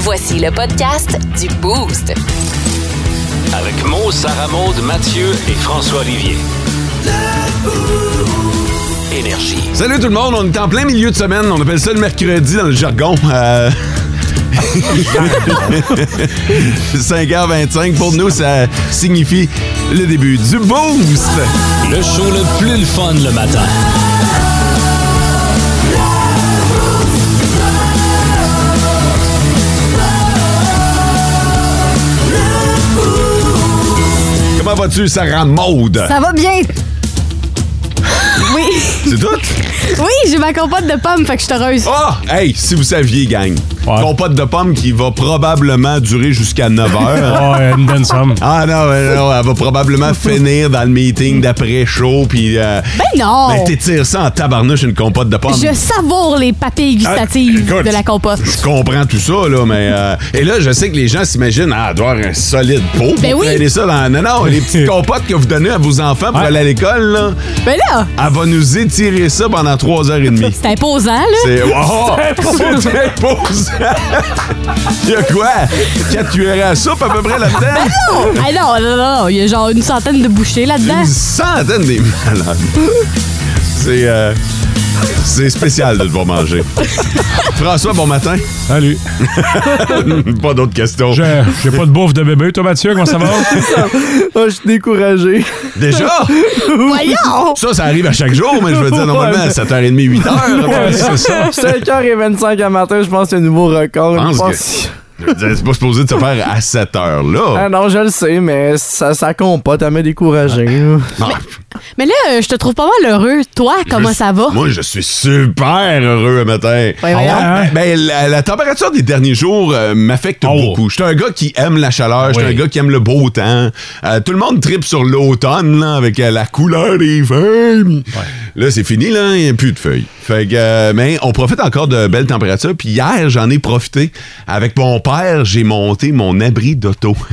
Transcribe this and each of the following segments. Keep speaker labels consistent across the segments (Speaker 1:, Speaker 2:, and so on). Speaker 1: Voici le podcast du Boost.
Speaker 2: Avec Mo, Sarah Maud, Mathieu et François Olivier. Énergie.
Speaker 3: Salut tout le monde, on est en plein milieu de semaine, on appelle ça le mercredi dans le jargon. Euh, 5h25, pour nous, ça signifie le début du boost.
Speaker 2: Le show le plus le fun le matin.
Speaker 3: Comment vas-tu, Sarah Maude?
Speaker 4: Ça va bien? Oui.
Speaker 3: C'est tout?
Speaker 4: Oui, j'ai ma compote de pommes, fait que je suis heureuse.
Speaker 3: Ah! Hey, si vous saviez, gang, ton pote de pomme qui va probablement durer jusqu'à 9 h.
Speaker 5: Ouais, une bonne somme.
Speaker 3: Ah non, mais non, elle va probablement finir dans le meeting d'après-show, puis... euh,
Speaker 4: Ben non!
Speaker 3: ben, t'étires ça en tabarnouche, une compote de pommes.
Speaker 4: Je savoure les papilles
Speaker 3: Ah,
Speaker 4: gustatives
Speaker 3: écoute,
Speaker 4: de la compote.
Speaker 3: Je comprends tout ça, là, mais. euh, et là, je sais que les gens s'imaginent, ah, elle doit avoir un solide pot pour
Speaker 4: Ben oui.
Speaker 3: traîner ça dans. Non, non, les petites compotes que vous donnez à vos enfants pour
Speaker 5: Ouais.
Speaker 3: aller à l'école, là,
Speaker 4: Mais Ben là,
Speaker 3: elle va nous étirer ça pendant trois heures et demie.
Speaker 4: c'est imposant, là.
Speaker 3: C'est. Oh! C'est imposant! Il y a quoi? Quatre cuillères à soupe à peu près là-dedans?
Speaker 4: Oh, hey, non, non, non, non, il y a genre une centaine de bouchées là-dedans.
Speaker 3: Une centaine des malades. C'est. euh, c'est spécial de devoir manger. François, bon matin.
Speaker 5: Salut.
Speaker 3: Pas d'autres questions.
Speaker 5: J'ai Euh, j'ai pas de bouffe de bébé, toi, Mathieu, comment ça va?
Speaker 6: Ah, je suis découragé.
Speaker 3: Déjà?
Speaker 4: Voyons!
Speaker 3: Ça, ça arrive à chaque jour, mais je veux dire, normalement, à 7h30, 8h.
Speaker 5: Ouais, c'est ça.
Speaker 6: 5h25 à matin, je pense qu'il y a un nouveau record.
Speaker 3: Je pense
Speaker 6: que...
Speaker 3: Je veux dire, C'est pas supposé de se faire à 7 h
Speaker 6: Ah
Speaker 3: là.
Speaker 6: non, je le sais, mais ça, ça compte pas, t'as m'a découragé. là.
Speaker 3: Ah,
Speaker 4: Mais là, euh, je te trouve pas mal heureux. Toi, comment
Speaker 3: je-
Speaker 4: ça va?
Speaker 3: Moi, je suis super heureux le matin.
Speaker 4: Ouais, ouais.
Speaker 3: Ah,
Speaker 5: ouais?
Speaker 3: ben, ben, la, la température des derniers jours euh, m'affecte
Speaker 5: Oh.
Speaker 3: beaucoup. Je suis un gars qui aime la chaleur, je suis
Speaker 5: Oui.
Speaker 3: un gars qui aime le beau temps. Euh, tout le monde tripe sur l'automne là, avec euh, la couleur des feuilles. Là, c'est fini, là, il n'y a plus de feuilles. Fait que, euh, mais on profite encore de belles températures. Puis hier, j'en ai profité. Avec mon père, j'ai monté mon abri d'auto.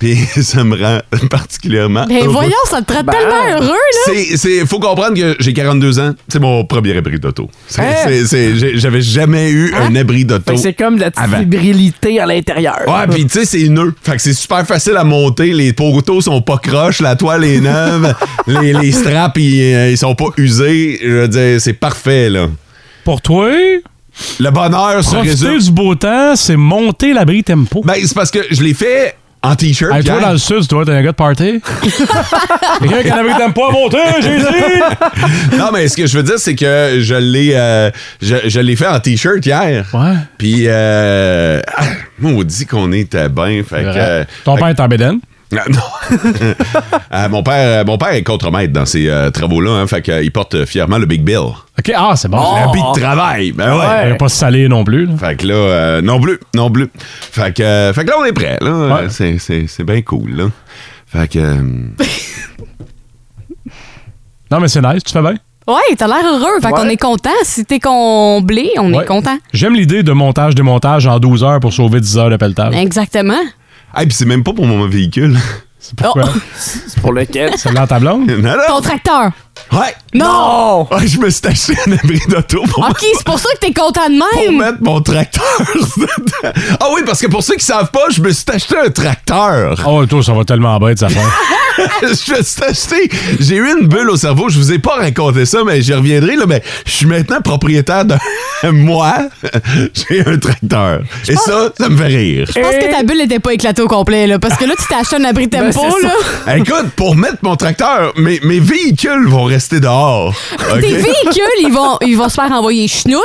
Speaker 3: Puis ça me rend particulièrement
Speaker 4: Ben
Speaker 3: heureux.
Speaker 4: voyons, ça te rend tellement heureux, là.
Speaker 3: Ah. C'est, c'est- faut comprendre que j'ai 42 ans. C'est mon premier abri d'auto. C'est-
Speaker 6: Hein?
Speaker 3: c'est- c'est- j'ai- j'avais jamais eu un abri
Speaker 6: Fait
Speaker 3: d'auto.
Speaker 6: que c'est comme de la petite
Speaker 3: Avant.
Speaker 6: fébrilité à l'intérieur.
Speaker 3: Ouais, puis tu sais, c'est nœud. Fait que c'est super facile à monter. Les poteaux sont pas croches, la toile est neuve, les, les straps, ils, euh, ils sont pas usés. Je veux dire, c'est parfait, là.
Speaker 5: Pour toi,
Speaker 3: Le bonheur se
Speaker 5: profiter
Speaker 3: résume.
Speaker 5: du beau temps, c'est monter l'abri tempo.
Speaker 3: Ben, c'est parce que je l'ai fait en t-shirt.
Speaker 5: Hey, toi,
Speaker 3: hier.
Speaker 5: dans le sud, toi, t'es un gars de party. Quelqu'un qui a l'abri tempo à monter, j'ai dit!
Speaker 3: Non, mais ce que je veux dire, c'est que je l'ai euh, je, je l'ai fait en t-shirt hier.
Speaker 5: Ouais.
Speaker 3: Puis, euh, ah, maudit qu'on était bien. Fait que. euh,
Speaker 5: Ton
Speaker 3: fait
Speaker 5: père est en bédaine.
Speaker 3: que- Ah, non. Ah, mon, père, euh, mon père est contremaître dans ces euh, travaux-là. Hein, fait qu'il porte euh, fièrement le Big Bill.
Speaker 5: OK, ah, c'est bon.
Speaker 3: La bille de travail. Ben ouais.
Speaker 5: Il
Speaker 6: Ouais.
Speaker 5: va pas se saler non plus. là.
Speaker 3: Fait que là, euh, non plus, non plus. Fait que, euh, fait que là, on est prêt. Là.
Speaker 5: Ouais.
Speaker 3: C'est, c'est, c'est bien cool. Là. Fait que. euh,
Speaker 5: Non, mais c'est nice, tu fais bien.
Speaker 4: Ouais, t'as l'air heureux. Fait qu'on
Speaker 6: Ouais.
Speaker 4: est content. Si t'es comblé, on
Speaker 5: Ouais.
Speaker 4: est content.
Speaker 5: J'aime l'idée de montage-démontage en 12 heures pour sauver 10 heures de pelletage.
Speaker 4: Exactement.
Speaker 3: Hey, puis c'est même pas pour mon véhicule.
Speaker 5: C'est pourquoi?
Speaker 6: C'est pour lequel?
Speaker 5: Oh. C'est de ta blonde?
Speaker 3: non,
Speaker 4: Ton
Speaker 3: non.
Speaker 4: tracteur.
Speaker 3: Ouais.
Speaker 4: Non! Ah,
Speaker 6: Oh!
Speaker 3: Ouais, je me suis acheté un abri d'auto pour
Speaker 4: OK, c'est pour ça que t'es content de
Speaker 3: pour
Speaker 4: même.
Speaker 3: mettre mon tracteur dedans. Ah oui, parce que pour ceux qui savent pas, je me suis acheté un tracteur.
Speaker 5: Oh, toi, ça va tellement bête, ça fait.
Speaker 3: je me suis acheté. J'ai eu une bulle au cerveau. Je vous ai pas raconté ça, mais j'y reviendrai. Là, mais je suis maintenant propriétaire de moi. J'ai un tracteur. Et ça, ça me fait rire.
Speaker 4: Je pense que ta bulle n'était pas éclatée au complet, là, parce que là, tu t'es acheté un abri tempo,
Speaker 6: Ben, c'est ça.
Speaker 4: là.
Speaker 3: Écoute, pour mettre mon tracteur, mes, mes véhicules vont rester dehors. OK?
Speaker 4: Tes véhicules, ils vont, ils vont se faire envoyer schnout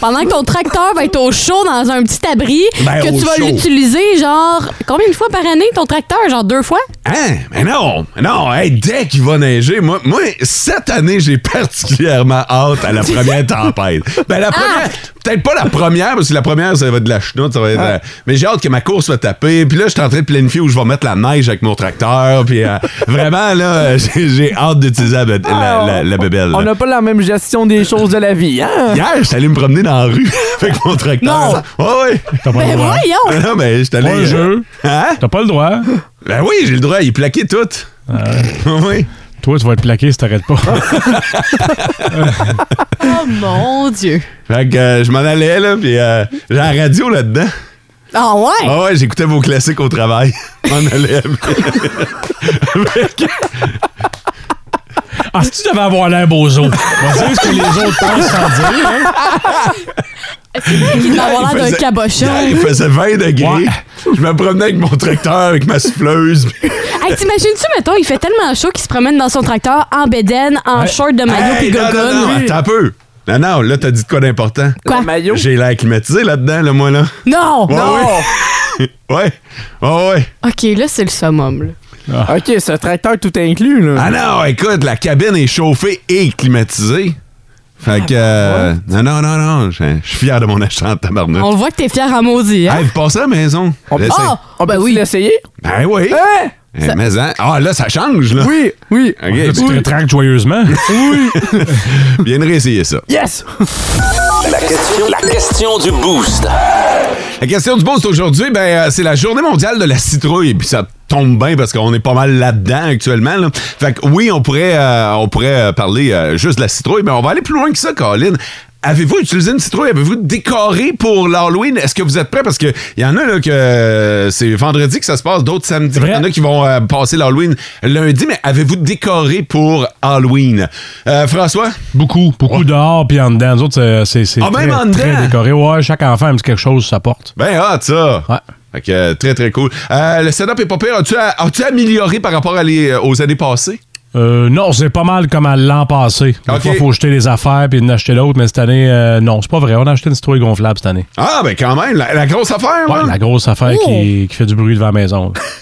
Speaker 4: pendant que ton tracteur va être au chaud dans un petit abri
Speaker 3: Ben,
Speaker 4: que
Speaker 3: au
Speaker 4: tu vas
Speaker 3: chaud.
Speaker 4: l'utiliser, genre, combien de fois par année, ton tracteur? Genre deux fois?
Speaker 3: Hein? Mais non! Non, hey, dès qu'il va neiger, moi, moi, cette année, j'ai particulièrement hâte à la première tempête. Ben, la première, peut-être pas la première, parce que la première, ça va être de la chenoute, ça va être. euh, mais j'ai hâte que ma course soit tapée. Puis là, je suis en train de planifier où je vais mettre la neige avec mon tracteur. Puis euh, vraiment, là, euh, j'ai, j'ai hâte d'utiliser la, la, la- la bébelle. là.
Speaker 6: On n'a pas la même gestion des choses de la vie, hein?
Speaker 3: Euh, Hier, j'étais allé me promener dans la rue avec mon tracteur. Non! Ouais,
Speaker 5: T'as pas
Speaker 4: Ben
Speaker 5: le droit.
Speaker 3: ouais.
Speaker 4: voyons!
Speaker 3: Non, mais j'étais allé.
Speaker 5: Pas le jeu.
Speaker 3: Hein?
Speaker 5: T'as pas le droit. Ah
Speaker 3: Ben oui, j'ai le droit, il plaquait tout. oui.
Speaker 5: Toi, tu vas être plaqué si t'arrêtes pas.
Speaker 4: Oh mon Dieu!
Speaker 6: Oh,
Speaker 3: Fait que euh, je m'en allais, là, puis euh, j'ai la radio là-dedans.
Speaker 4: Ah ouais?
Speaker 3: Ah ouais, j'écoutais vos classiques au travail. On allait avec-
Speaker 5: Ah, si tu devais avoir l'air bozo. On va dire ce que les autres pensent sans dire. hein.
Speaker 4: Il doit avoir l'air d'un
Speaker 3: faisait-
Speaker 4: cabochon.
Speaker 3: Il faisait 20 degrés.
Speaker 5: Ouais.
Speaker 3: Je me promenais avec mon tracteur, avec ma souffleuse.
Speaker 4: Hey, t'imagines-tu, mettons, il fait tellement chaud qu'il se promène dans son tracteur en bédaine, en
Speaker 5: Hey.
Speaker 4: short de maillot pis
Speaker 3: Hey, non, non, non,
Speaker 4: gogone.
Speaker 3: attends un peu. Non, non, là, t'as dit de quoi d'important?
Speaker 4: Quoi?
Speaker 6: Le maillot?
Speaker 3: J'ai l'air climatisé là-dedans, là, moi, là.
Speaker 4: Non!
Speaker 3: Ouais,
Speaker 6: Non!
Speaker 3: Ouais, ouais, ouais. ouais.
Speaker 4: OK, là, c'est le summum, là.
Speaker 6: OK, c'est un tracteur tout inclus, là.
Speaker 3: Ah non, écoute, la cabine est chauffée et climatisée.
Speaker 4: Ah
Speaker 3: Fait que... euh, non, non, non, non, je je suis fier de mon achat de tabarnak.
Speaker 4: bah On le voit que t'es fier à maudit, hein?
Speaker 3: Hey, vous passez à la maison.
Speaker 6: On-
Speaker 3: Laissez-
Speaker 4: Ah!
Speaker 6: On peut oui. l'essayer?
Speaker 3: Ben oui.
Speaker 6: Hein?
Speaker 3: Eh, mais hein, ah, là, ça change, là.
Speaker 6: Oui, oui.
Speaker 3: OK, ben
Speaker 5: Là, tu te
Speaker 3: oui.
Speaker 5: rétractes joyeusement.
Speaker 3: Viens de réessayer ça.
Speaker 6: Yes!
Speaker 2: La question, la question du boost.
Speaker 3: La question du poste aujourd'hui, ben, euh, c'est la journée mondiale de la citrouille. Puis ça tombe bien parce qu'on est pas mal là-dedans actuellement. là. Fait que oui, on pourrait, euh, on pourrait euh, parler euh, juste de la citrouille, mais on va aller plus loin que ça, Colin. Avez-vous utilisé une citrouille? Avez-vous décoré pour l'Halloween? Est-ce que vous êtes prêts? Parce qu'il y en a là, que euh, c'est vendredi que ça se passe, d'autres samedi. Il
Speaker 5: vrai.
Speaker 3: y en a qui vont euh, passer l'Halloween lundi, mais avez-vous décoré pour Halloween? Euh, François?
Speaker 5: Beaucoup, beaucoup dehors puis en dedans. Nous autres, c'est- c'est c'est
Speaker 3: Ah,
Speaker 5: très,
Speaker 3: même en
Speaker 5: très
Speaker 3: dedans?
Speaker 5: décoré. Ouais, chaque enfant aime quelque chose sa porte.
Speaker 3: Ben hot, ça!
Speaker 5: Ouais.
Speaker 3: Fait que euh, très, très cool. Euh, le setup est pas pire. As-tu, as-tu amélioré par rapport à les- aux années passées?
Speaker 5: Euh, non, c'est pas mal comme à l'an passé. Des
Speaker 3: Ok.
Speaker 5: fois, faut jeter des affaires puis en acheter d'autres, mais cette année, euh, non, c'est pas vrai. On a acheté une citrouille gonflable cette année.
Speaker 3: Ah, ben quand même, la, la grosse affaire,
Speaker 5: Ouais,
Speaker 3: là. Oh!
Speaker 5: la grosse affaire qui, qui fait du bruit devant la maison. là.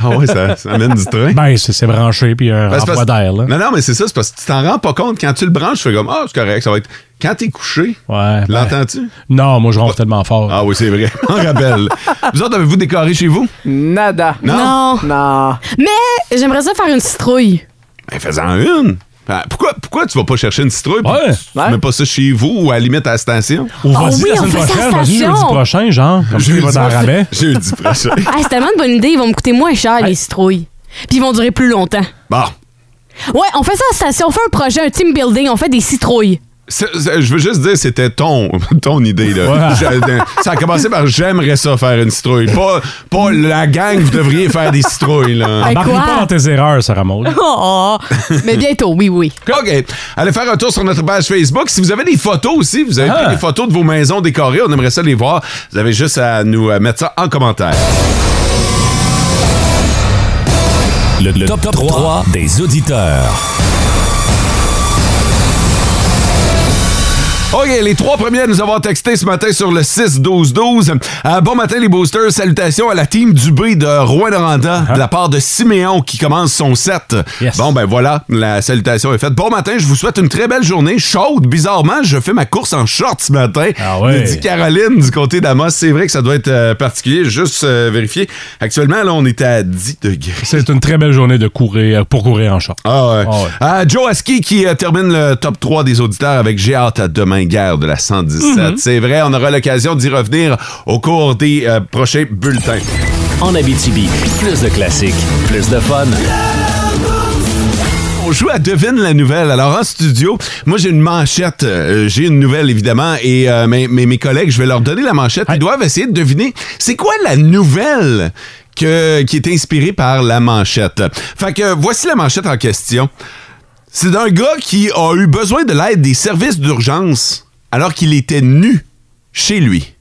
Speaker 3: Ah ouais, ça, ça amène du train.
Speaker 5: ben, c'est c'est branché puis un
Speaker 3: Ben, c'est
Speaker 5: renvoi
Speaker 3: parce-
Speaker 5: d'air. là.
Speaker 3: Non, non, mais c'est ça, c'est parce que tu t'en rends pas compte. Quand tu le branches, tu fais comme Ah, c'est correct, ça va être. Quand t'es couché,
Speaker 5: Ouais, ben-
Speaker 3: l'entends-tu?
Speaker 5: Non, moi, je ronfle tellement fort.
Speaker 3: Ah oui, c'est vrai. On rappelle. vous autres, avez-vous décoré chez vous?
Speaker 6: Nada.
Speaker 4: Non.
Speaker 6: Non.
Speaker 4: Mais j'aimerais ça faire une citrouille.
Speaker 3: Ben, fais-en une. Ben, Pourquoi, pourquoi tu vas pas chercher une citrouille? puis
Speaker 5: Ouais.
Speaker 3: Tu mets pas ça chez vous ou à la limite à la station?
Speaker 5: Ou
Speaker 4: Ah
Speaker 5: vas-y
Speaker 4: oui,
Speaker 5: la
Speaker 4: on
Speaker 5: semaine
Speaker 4: fait ça à
Speaker 5: prochaine,
Speaker 4: la
Speaker 5: vas-y jeudi
Speaker 4: station.
Speaker 5: prochain, genre. Comme ça, il va dans le rabais.
Speaker 3: Jeudi prochain.
Speaker 4: Ah, c'est tellement de bonne idée, ils vont me coûter moins cher, les citrouilles. Puis ils vont durer plus longtemps.
Speaker 3: Bon.
Speaker 4: Ouais, on fait ça en station, on fait un projet, un team building, on fait des citrouilles.
Speaker 3: C'est- c'est- Je veux juste dire, c'était ton, ton idée. Là. Je- ça a commencé par j'aimerais ça faire une citrouille. Pas, pas la gang, vous devriez faire des citrouilles. Là.
Speaker 4: Hey.
Speaker 5: Marque
Speaker 4: Quoi?
Speaker 5: pas dans tes erreurs, Sarah Maud.
Speaker 4: Oh, oh. Mais bientôt, oui, oui.
Speaker 3: OK. Allez faire un tour sur notre page Facebook. Si vous avez des photos aussi, vous avez
Speaker 5: Ah.
Speaker 3: pris des photos de vos maisons décorées, on aimerait ça les voir. Vous avez juste à nous euh, mettre ça en commentaire.
Speaker 2: Le, top, 3, des auditeurs.
Speaker 3: OK, les trois premiers à nous avoir texté ce matin sur le 6-12-12. Euh, bon matin, les boosters. Salutations à la team Dubé de Rouen-Noranda, de la part de Siméon qui commence son set.
Speaker 5: Uh-huh. Yes.
Speaker 3: Bon, ben voilà, la salutation est faite. Bon matin, je vous souhaite une très belle journée. Chaude, bizarrement, je fais ma course en short ce matin.
Speaker 5: Ah ouais.
Speaker 3: Nous dit Caroline du côté d'Amos. C'est vrai que ça doit être euh, particulier. Juste euh, vérifier. Actuellement, là, on est à 10 degrés.
Speaker 5: C'est une très belle journée de courir, euh, pour courir en short.
Speaker 3: Ah ouais.
Speaker 5: Ah ouais.
Speaker 3: Ah, Joe Aski qui euh, termine le top 3 des auditeurs avec J'ai hâte à demain guerre de la 117. C'est vrai, on aura l'occasion d'y revenir au cours des euh, prochains bulletins.
Speaker 2: En Abitibi, plus de classiques, plus de fun.
Speaker 3: On joue à Devine la nouvelle. Alors en studio, moi j'ai une manchette, euh, j'ai une nouvelle évidemment, et euh, mes, mes, mes collègues, je vais leur donner la manchette. Ils doivent essayer de deviner c'est quoi la nouvelle que, qui est inspirée par la manchette. Fait que euh, voici la manchette en question. C'est d'un gars qui a eu besoin de l'aide des services d'urgence alors qu'il était nu chez lui.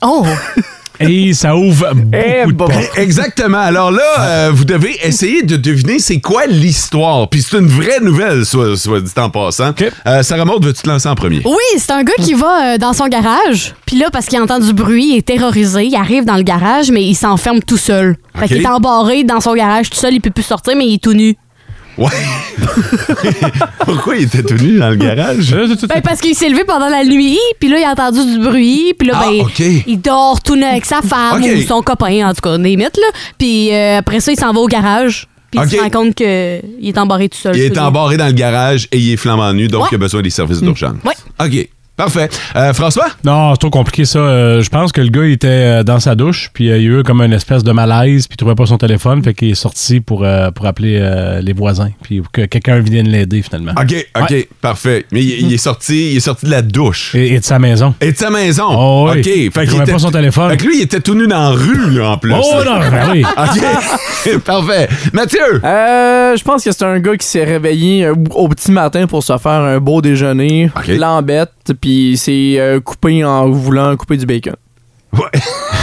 Speaker 4: Oh!
Speaker 5: Et ça ouvre beaucoup
Speaker 6: Eh,
Speaker 5: de
Speaker 6: bon.
Speaker 5: portes. Ah.
Speaker 3: Exactement. Alors là, euh, vous devez essayer de deviner c'est quoi l'histoire. Puis c'est une vraie nouvelle, soit, soit dit en passant.
Speaker 5: OK.
Speaker 3: Euh, Sarah Maud, veux-tu te lancer en premier?
Speaker 4: Oui, c'est un gars qui va euh, dans son garage, puis là, parce qu'il entend du bruit, il est terrorisé, il arrive dans le garage, mais il s'enferme tout seul. Fait
Speaker 3: Ok.
Speaker 4: qu'il est embarré dans son garage tout seul, il peut plus sortir, mais il est tout nu.
Speaker 3: Ouais. Pourquoi il était tenu dans le
Speaker 5: Euh,
Speaker 3: garage?
Speaker 4: Ben, parce qu'il s'est levé pendant la nuit, puis là, il a entendu du bruit, puis là,
Speaker 3: Ah,
Speaker 4: ben,
Speaker 3: ok.
Speaker 4: il dort tout nu avec sa femme
Speaker 3: Ok.
Speaker 4: ou son copain, en tout cas, on est mythes, là. Puis euh, après ça, il s'en va au garage, puis il
Speaker 3: Ok.
Speaker 4: se rend compte qu'il est embarré tout seul.
Speaker 3: Il
Speaker 4: tout
Speaker 3: est
Speaker 4: nu.
Speaker 3: embarré dans le garage et il est flambant nu, donc
Speaker 4: Ouais. Mm.
Speaker 3: il a besoin des services d'urgence.
Speaker 4: Hmm. Ouais.
Speaker 3: OK. Parfait. Euh, François?
Speaker 5: Non, c'est trop compliqué ça. Euh, je pense que le gars il était euh, dans sa douche, puis euh, il y a eu comme une espèce de malaise, puis il trouvait pas son téléphone, fait qu'il est sorti pour, euh, pour appeler euh, les voisins, puis que quelqu'un vienne l'aider finalement.
Speaker 3: OK, OK,
Speaker 5: Ouais.
Speaker 3: parfait. Mais il, il est sorti, il est sorti de la douche.
Speaker 5: Et, et de sa maison.
Speaker 3: Et de sa maison.
Speaker 5: Oh oui.
Speaker 3: OK.
Speaker 5: Il
Speaker 3: qu'il
Speaker 5: trouvait
Speaker 3: était-
Speaker 5: pas son téléphone.
Speaker 3: Fait que lui, il était tout nu dans la rue, là, en plus.
Speaker 5: Oh non, ben oui.
Speaker 3: OK, parfait. Mathieu!
Speaker 6: Euh, je pense que c'est un gars qui s'est réveillé euh, au petit matin pour se faire un beau déjeuner,
Speaker 3: Ok.
Speaker 6: l'embête, puis il s'est euh, coupé en voulant couper du bacon.
Speaker 3: Ouais.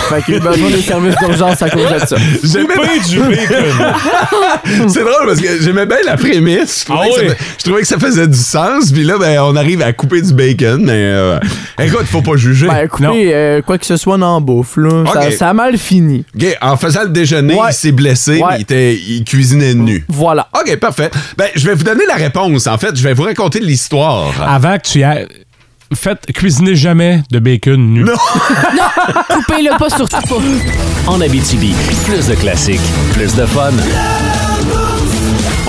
Speaker 6: Fait qu'il a besoin des services d'urgence à cause de ça.
Speaker 3: J'aimais-
Speaker 5: Coupé du bacon.
Speaker 3: C'est drôle parce que j'aimais bien la prémisse. Je trouvais,
Speaker 5: Ah
Speaker 3: que,
Speaker 5: oui.
Speaker 3: ça, fait- je trouvais que ça faisait du sens. Puis là, ben, on arrive à couper du bacon. Mais euh, écoute, faut pas juger.
Speaker 6: Ben,
Speaker 5: Non.
Speaker 6: couper euh, quoi que ce soit en bouffe, là.
Speaker 3: Ok.
Speaker 6: Ça, ça a mal fini.
Speaker 3: OK, en faisant le déjeuner,
Speaker 6: Ouais.
Speaker 3: il s'est blessé.
Speaker 6: Ouais.
Speaker 3: mais Il, était, il cuisinait nu.
Speaker 6: Voilà.
Speaker 3: OK, parfait. Ben, je vais vous donner la réponse. En fait, je vais vous raconter l'histoire.
Speaker 5: Avant que tu y ailles, faites cuisiner jamais de bacon nu.
Speaker 4: Coupez-le pas, surtout pas.
Speaker 2: En Abitibi, plus de classiques, plus de fun.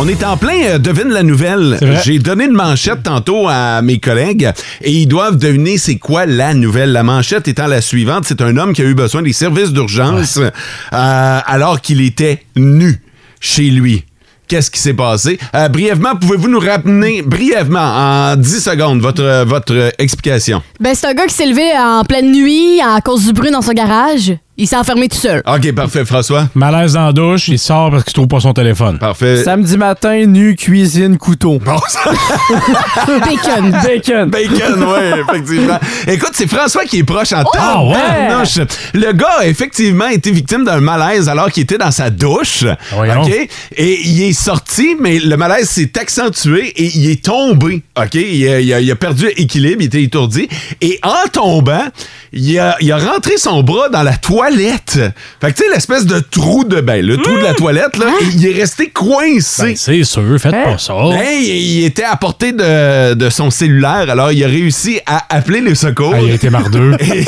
Speaker 3: On est en plein euh, Devine la nouvelle.
Speaker 5: C'est vrai.
Speaker 3: J'ai donné une manchette tantôt à mes collègues et ils doivent deviner c'est quoi la nouvelle. La manchette étant la suivante, c'est un homme qui a eu besoin des services d'urgence euh, alors qu'il était nu chez lui. Qu'est-ce qui s'est passé? Euh, brièvement, pouvez-vous nous ramener brièvement, en 10 secondes, votre, euh, votre euh, explication?
Speaker 4: Ben, c'est un gars qui s'est levé en pleine nuit à cause du bruit dans son garage. Il s'est enfermé tout seul.
Speaker 3: OK, parfait, François.
Speaker 5: Malaise dans la douche, il sort parce qu'il trouve pas son téléphone.
Speaker 3: Parfait.
Speaker 6: Samedi matin, nu, cuisine, couteau.
Speaker 3: Euh. Bon, ça-
Speaker 4: Bacon.
Speaker 6: Bacon.
Speaker 3: Bacon, oui, effectivement. Écoute, c'est François qui est proche en
Speaker 5: Ah,
Speaker 3: tabarnouche. Le gars a effectivement été victime d'un malaise alors qu'il était dans sa douche.
Speaker 5: Voyons.
Speaker 3: OK? Et il est sorti, mais le malaise s'est accentué et il est tombé. OK? Il a, il a- il a perdu équilibre, il était étourdi. Et en tombant, il a, il a rentré son bras dans la toilette. Fait que tu sais, l'espèce de trou de bain, le trou de la toilette, là, et il est resté coincé.
Speaker 5: Ben, c'est sûr, faites pas ça.
Speaker 3: Mais il il était à portée de, de son cellulaire, alors il a réussi à appeler les secours.
Speaker 5: Ah, il a été mardeux.
Speaker 3: Et-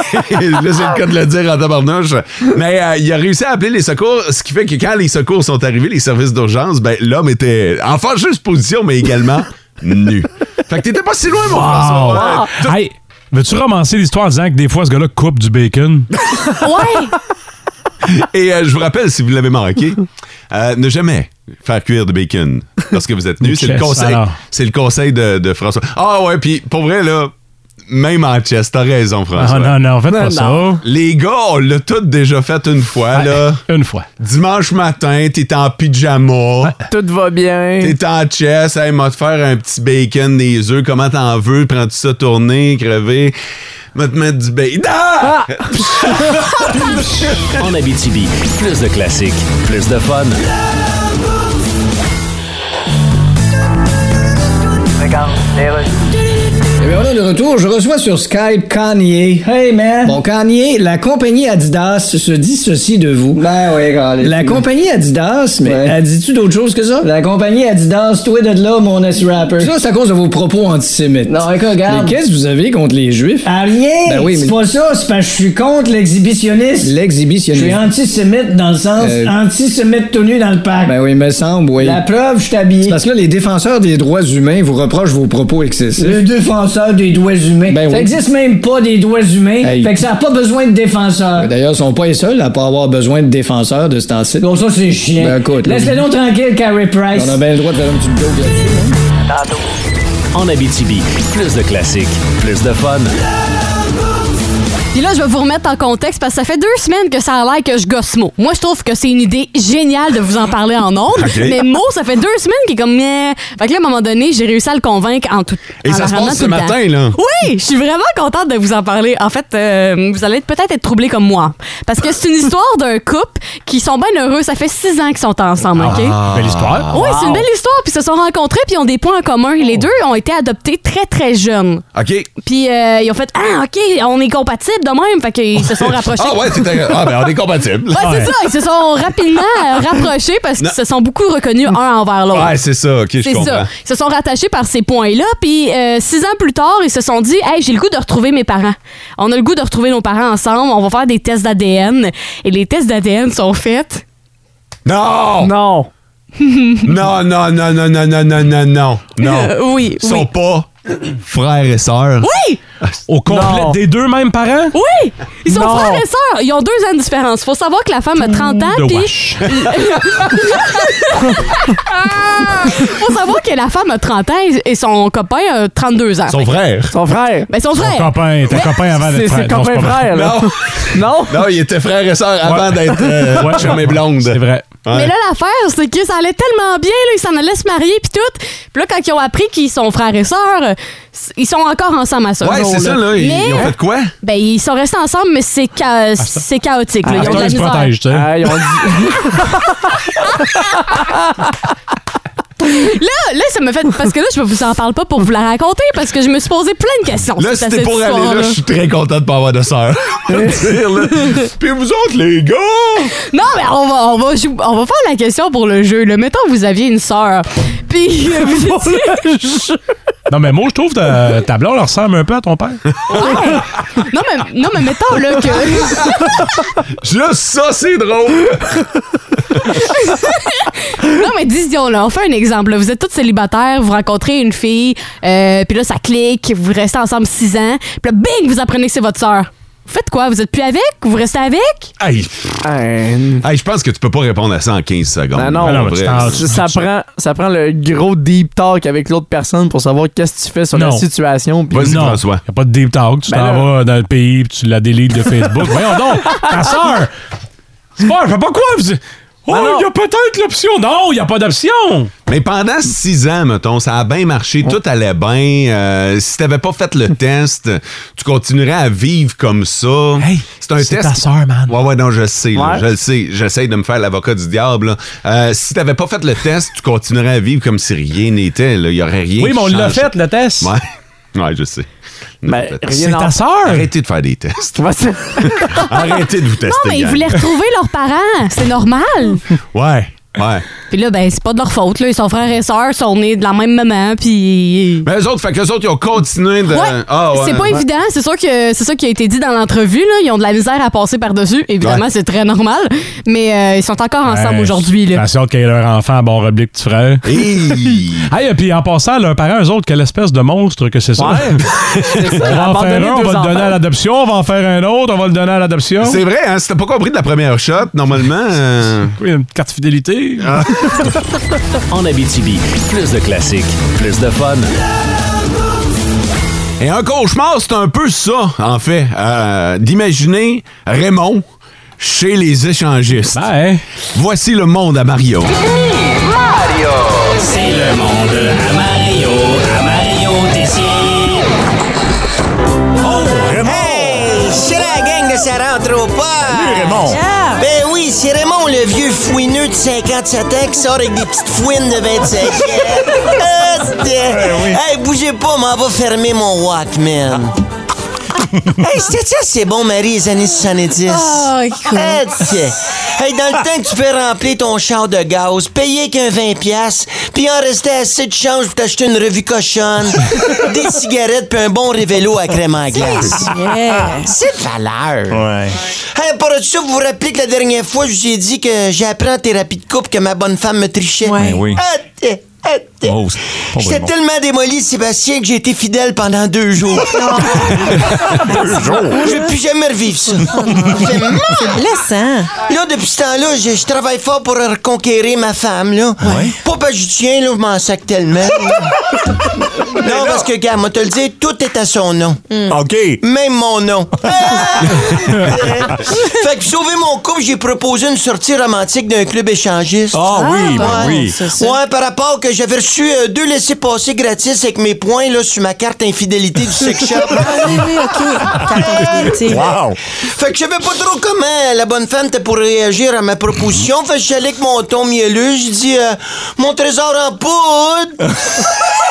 Speaker 3: là, c'est le cas de le dire en tabarnouche. Mais euh, il a réussi à appeler les secours, ce qui fait que quand les secours sont arrivés, les services d'urgence, ben l'homme était en fâcheuse position, mais également nu. Fait que t'étais pas si loin, mon
Speaker 5: Wow.
Speaker 3: François. Ouais.
Speaker 5: Hey, veux-tu romancer l'histoire en disant que des fois, ce gars-là coupe du bacon?
Speaker 4: Ouais!
Speaker 3: Et euh, je vous rappelle, si vous l'avez manqué, euh, ne jamais faire cuire de bacon lorsque vous êtes nu. C'est le
Speaker 5: Chess,
Speaker 3: conseil,
Speaker 5: alors.
Speaker 3: c'est le conseil de, de François. Ah ouais, puis pour vrai, là, même en chess, t'as raison, François.
Speaker 5: Ah, non, non, faites pas ça.
Speaker 3: Les gars, on l'a tout déjà fait une fois, là.
Speaker 5: Une fois.
Speaker 3: Dimanche matin, t'es en pyjama,
Speaker 6: Tout va bien.
Speaker 3: t'es en chess, hey, m'a te faire un petit bacon, des œufs, comment t'en veux, prends-tu ça tourné, crevé, m'a te mettre du bacon. Ah!
Speaker 2: En Abitibi, plus de classiques, plus de fun.
Speaker 7: Et Eh bien voilà, de retour, je reçois sur Skype Kanye. Hey man! Bon, Kanye, la compagnie Adidas se dissocie de vous. Ben oui, La compagnie Adidas, mais elle dit-tu d'autre chose que ça? La compagnie Adidas, toi de là, mon S-rapper. Ça, c'est à cause de vos propos antisémites. Non, écoute, regarde. Mais qu'est-ce que vous avez contre les Juifs?
Speaker 8: Ah, rien!
Speaker 7: Ben oui, mais-
Speaker 8: C'est pas ça, c'est parce que je suis contre l'exhibitionniste. Je
Speaker 7: L'exhibitionniste.
Speaker 8: suis antisémite dans le sens
Speaker 7: Euh,
Speaker 8: antisémite tenu dans le pack.
Speaker 7: Ben oui, me semble, oui.
Speaker 8: La preuve, je
Speaker 7: C'est
Speaker 8: t'habille.
Speaker 7: Parce que là, les défenseurs des droits humains vous reprochent vos propos excessifs.
Speaker 8: Le défenseur des doigts humains.
Speaker 7: Ben
Speaker 8: ça
Speaker 7: oui.
Speaker 8: existe même pas des doigts humains.
Speaker 7: Hey.
Speaker 8: Fait que ça a pas besoin de défenseur.
Speaker 7: Ben, D'ailleurs, ils sont pas les seuls à pas avoir besoin de défenseurs de ce temps-ci.
Speaker 8: Bon, ça, c'est chiant.
Speaker 7: Ben, écoute, là,
Speaker 8: Laisse-le donc tranquille, Carrie Price.
Speaker 7: On a bien le droit de faire un petit joke là-dessus. hein?
Speaker 2: En Abitibi, plus de classiques, plus de fun.
Speaker 4: Puis là, je vais vous remettre en contexte parce que ça fait deux semaines que ça a l'air que je gosse Mo. Moi, je trouve que c'est une idée géniale de vous en parler en ondes.
Speaker 3: Ok.
Speaker 4: Mais Mo, ça fait deux semaines qu'il est comme. Meh. Fait que là, à un moment donné, j'ai réussi à le convaincre en tout
Speaker 3: Et
Speaker 4: en
Speaker 3: ça
Speaker 4: le
Speaker 3: se
Speaker 4: ramenant
Speaker 3: passe ce
Speaker 4: tout le temps.
Speaker 3: matin, là.
Speaker 4: Oui, je suis vraiment contente de vous en parler. En fait, euh, vous allez être- peut-être être troublés comme moi. Parce que c'est une histoire d'un couple qui sont bien heureux. Ça fait six ans qu'ils sont ensemble, OK?
Speaker 3: Ah.
Speaker 5: Belle histoire. Oh.
Speaker 4: Oui, c'est une belle histoire. Puis ils se sont rencontrés, puis ils ont des points en commun. Les deux ont été adoptés très, très jeunes.
Speaker 3: OK.
Speaker 4: Puis euh, ils ont fait Ah, OK, on est compatibles de même. Fait qu'ils se sont rapprochés.
Speaker 3: Ah ouais, t'étais... Ah ben, on est compatibles.
Speaker 4: Ouais, c'est ça. Ils se sont rapidement euh, rapprochés parce qu'ils
Speaker 3: Non.
Speaker 4: se sont beaucoup reconnus un envers l'autre.
Speaker 3: Ouais, c'est ça. OK, je
Speaker 4: C'est ça.
Speaker 3: comprends.
Speaker 4: Ils se sont rattachés par ces points-là. Puis euh, six ans plus tard, ils se sont dit Hey, j'ai le goût de retrouver mes parents. On a le goût de retrouver nos parents ensemble. On va faire des tests d'ADN. Et les tests d'ADN sont faits.
Speaker 3: Non!
Speaker 6: Non.
Speaker 3: Non, non, non, non, non, non, non, non, non. Non.
Speaker 4: Euh, oui,
Speaker 3: Ils sont
Speaker 4: oui.
Speaker 3: pas frères et sœurs.
Speaker 4: Oui!
Speaker 5: Au complet
Speaker 6: Non.
Speaker 5: des deux mêmes parents?
Speaker 4: Oui! Ils sont
Speaker 6: Non.
Speaker 4: frères et sœurs. Ils ont deux ans de différence. Faut savoir que la femme a 30 ans,
Speaker 5: De
Speaker 4: puis
Speaker 5: wesh.
Speaker 4: Ah! faut savoir que la femme a 30 ans et- et son copain a 32 ans.
Speaker 3: Son frère.
Speaker 6: Son frère.
Speaker 4: Ben, son
Speaker 5: Ton
Speaker 4: frère.
Speaker 5: copain, ton copain avant
Speaker 6: C'est
Speaker 5: d'être
Speaker 6: c'est
Speaker 5: frère. Non,
Speaker 6: comme
Speaker 5: c'est
Speaker 6: un
Speaker 5: pas vrai.
Speaker 6: frère, là.
Speaker 3: Non.
Speaker 6: Non?
Speaker 3: Non, il était frère et sœur avant d'être euh,
Speaker 5: Ouais.
Speaker 3: chum et blonde.
Speaker 5: C'est vrai.
Speaker 4: Mais là, l'affaire, c'est que ça allait tellement bien, là, ils s'en allaient se marier, puis tout. Puis là, quand ils ont appris qu'ils sont frères et sœurs, euh, s- ils sont encore ensemble à ce
Speaker 3: Ouais,
Speaker 4: jour,
Speaker 3: c'est ça, là. Ils,
Speaker 4: Mais,
Speaker 3: ils ont fait quoi?
Speaker 4: ben, ils sont restés ensemble, mais c'est cha- c'est chaotique. là.
Speaker 5: Ah,
Speaker 4: Ils ont de la
Speaker 5: ils se
Speaker 4: misère.
Speaker 5: protègent, tu sais.
Speaker 6: Ah, ils ont dit-
Speaker 4: Là, là, ça me fait. Parce que là, je vous en parle pas pour vous la raconter, parce que je me suis posé plein de questions.
Speaker 3: Là,
Speaker 4: suite à
Speaker 3: c'était
Speaker 4: cette
Speaker 3: pour aller là,
Speaker 4: histoire-là.
Speaker 3: je suis très content de pas avoir de sœur. Je veux dire, là. Puis vous autres, les gars!
Speaker 4: Non, mais on va, on, va, jou- on va faire la question pour le jeu. Là. Mettons que vous aviez une sœur, puis euh, vous étiez-
Speaker 5: Non, mais moi, je trouve que ta blonde ressemble un peu à ton père.
Speaker 4: non, mais, non, mais mettons là, que.
Speaker 3: Juste ça, c'est drôle!
Speaker 4: Non, mais disons, là, on fait un exemple. là. Vous êtes tous célibataires, vous rencontrez une fille, euh, puis là, ça clique, vous restez ensemble six ans, puis là, bing, vous apprenez que c'est votre sœur. Vous faites quoi? Vous êtes plus avec? Vous restez avec?
Speaker 3: Hey,
Speaker 6: Hey,
Speaker 3: hey, je pense que tu peux pas répondre à ça en 15 secondes.
Speaker 6: Ben non,
Speaker 5: Ah non,
Speaker 3: En
Speaker 5: mais tu
Speaker 3: vrai.
Speaker 5: t'en-
Speaker 6: ça, prend, ça prend le gros deep talk avec l'autre personne pour savoir qu'est-ce que tu fais sur la
Speaker 5: Non.
Speaker 6: situation. puis-
Speaker 3: Vas-y,
Speaker 5: non,
Speaker 3: François.
Speaker 5: Y a pas de deep talk. Tu
Speaker 6: Ben
Speaker 5: t'en
Speaker 6: là-
Speaker 5: vas dans le pays puis tu la délites de Facebook. Voyons donc, ta sœur! C'est pas, je sais pas quoi. vous- Oh,
Speaker 6: Ben non.
Speaker 5: il y a peut-être l'option. Non, il n'y a pas d'option.
Speaker 3: Mais pendant six ans, mettons, ça a bien marché, tout allait bien. Euh, si t'avais pas fait le test, tu continuerais à vivre comme ça.
Speaker 5: Hey,
Speaker 3: c'est un test.
Speaker 5: c'est ta sœur, man.
Speaker 3: Ouais, ouais, non, je le sais, là,
Speaker 6: Ouais.
Speaker 3: je le sais. J'essaye de me faire l'avocat du diable. là. Euh, si t'avais pas fait le test, tu continuerais à vivre comme si rien n'était. là. Il y aurait rien.
Speaker 5: Oui,
Speaker 3: qui
Speaker 5: mais on l'a
Speaker 3: change.
Speaker 5: fait, le test.
Speaker 3: Ouais, ouais, je sais.
Speaker 6: Ben,
Speaker 3: Peut-être.
Speaker 6: rien
Speaker 5: C'est
Speaker 6: n'en-
Speaker 5: ta sœur.
Speaker 3: Arrêtez de faire des tests.
Speaker 6: Tu vois, c'est-
Speaker 3: Arrêtez de vous tester.
Speaker 4: Non, mais ils
Speaker 3: gang.
Speaker 4: voulaient retrouver leurs parents. C'est normal.
Speaker 3: Ouais, ouais.
Speaker 4: Puis là, ben, c'est pas de leur faute. Là. Ils sont frères et sœurs, ils sont nés de la même maman, puis.
Speaker 3: Mais eux autres, fait que eux autres, ils ont continué de.
Speaker 4: Ouais.
Speaker 3: Ah, ouais.
Speaker 4: c'est pas évident. C'est sûr que c'est ça qui a été dit dans l'entrevue. Là. Ils ont de la misère à passer par-dessus. Évidemment,
Speaker 3: Ouais.
Speaker 4: c'est très normal. Mais euh, ils sont encore ensemble
Speaker 5: Ouais,
Speaker 4: aujourd'hui. Là.
Speaker 5: Attention qu'il y ait leur enfant à bon reblique, petit frère.
Speaker 3: Hey!
Speaker 5: Hey, et puis en passant, leurs parents, eux autres, quelle espèce de monstre que c'est ça.
Speaker 6: c'est ça,
Speaker 5: On va en faire
Speaker 6: abandonner
Speaker 5: un, on
Speaker 6: deux
Speaker 5: va le donner
Speaker 6: enfants.
Speaker 5: à l'adoption. On va en faire un autre, on va le donner à l'adoption.
Speaker 3: C'est vrai, hein? Si t'as pas compris de la première shot, normalement. euh, Ah.
Speaker 5: Oui, une carte fidélité.
Speaker 2: En Abitibi, plus de classiques, plus de fun.
Speaker 3: Et un cauchemar, c'est un peu ça, en fait. euh, D'imaginer Raymond chez les échangistes.
Speaker 5: Ben,
Speaker 3: Voici le monde à Mario.
Speaker 2: C'est le monde à Mario, à Mario Tessier.
Speaker 9: Hey, c'est la gang de ça rentre au pas. Raymond. Ben oui, c'est Raymond, le vieux fouineux de 57 ans qui sort avec des petites fouines de 25 ans. Ah, c'était- Hey, bougez pas, m'en va fermer mon Walkman. hey, c'était ça, c'est bon, Marie, les années 70.
Speaker 4: Ah, écoute.
Speaker 9: Ah, tiens. Hey, dans le temps que tu peux remplir ton char de gaz, payer qu'un 20$, piastres, puis en rester assez de change pour t'acheter une revue cochonne, des cigarettes puis un bon révélo à crème en glace. C'est de valeur. Ouais. Hey, pour ça, vous vous rappelez que la dernière fois, je vous ai dit que j'ai appris en thérapie de couple que ma bonne femme me trichait.
Speaker 10: Ben oui.
Speaker 9: Ah, t'es- ah, t'es-
Speaker 10: Oh, c'est pas
Speaker 9: J'étais
Speaker 10: bon.
Speaker 9: tellement démoli, Sébastien, que j'ai été fidèle pendant deux jours. deux jours? Je vais plus jamais revivre ça. Ça fait mal.
Speaker 10: Laissant.
Speaker 9: Là, depuis ce temps-là, je, je travaille fort pour reconquérir ma femme, là. Pas parce que je tiens, là, je m'en sac tellement. non, parce que, gars, moi, te le dire, tout est à son nom.
Speaker 10: OK.
Speaker 9: Même mon nom. Ah! fait que sauver mon couple, j'ai proposé une sortie romantique d'un club échangiste.
Speaker 10: Ah oui, ben
Speaker 9: ouais.
Speaker 10: oui.
Speaker 9: Ouais, par rapport que j'avais reçu euh, deux laissés-passer gratis avec mes points là, sur ma carte infidélité du sex shop.
Speaker 10: Ah, oui, oui, OK. Wow.
Speaker 9: Fait que je savais pas trop comment la bonne femme était pour réagir à ma proposition. Fait que j'allais avec mon ton mielleux, je dis euh, mon trésor en poudre.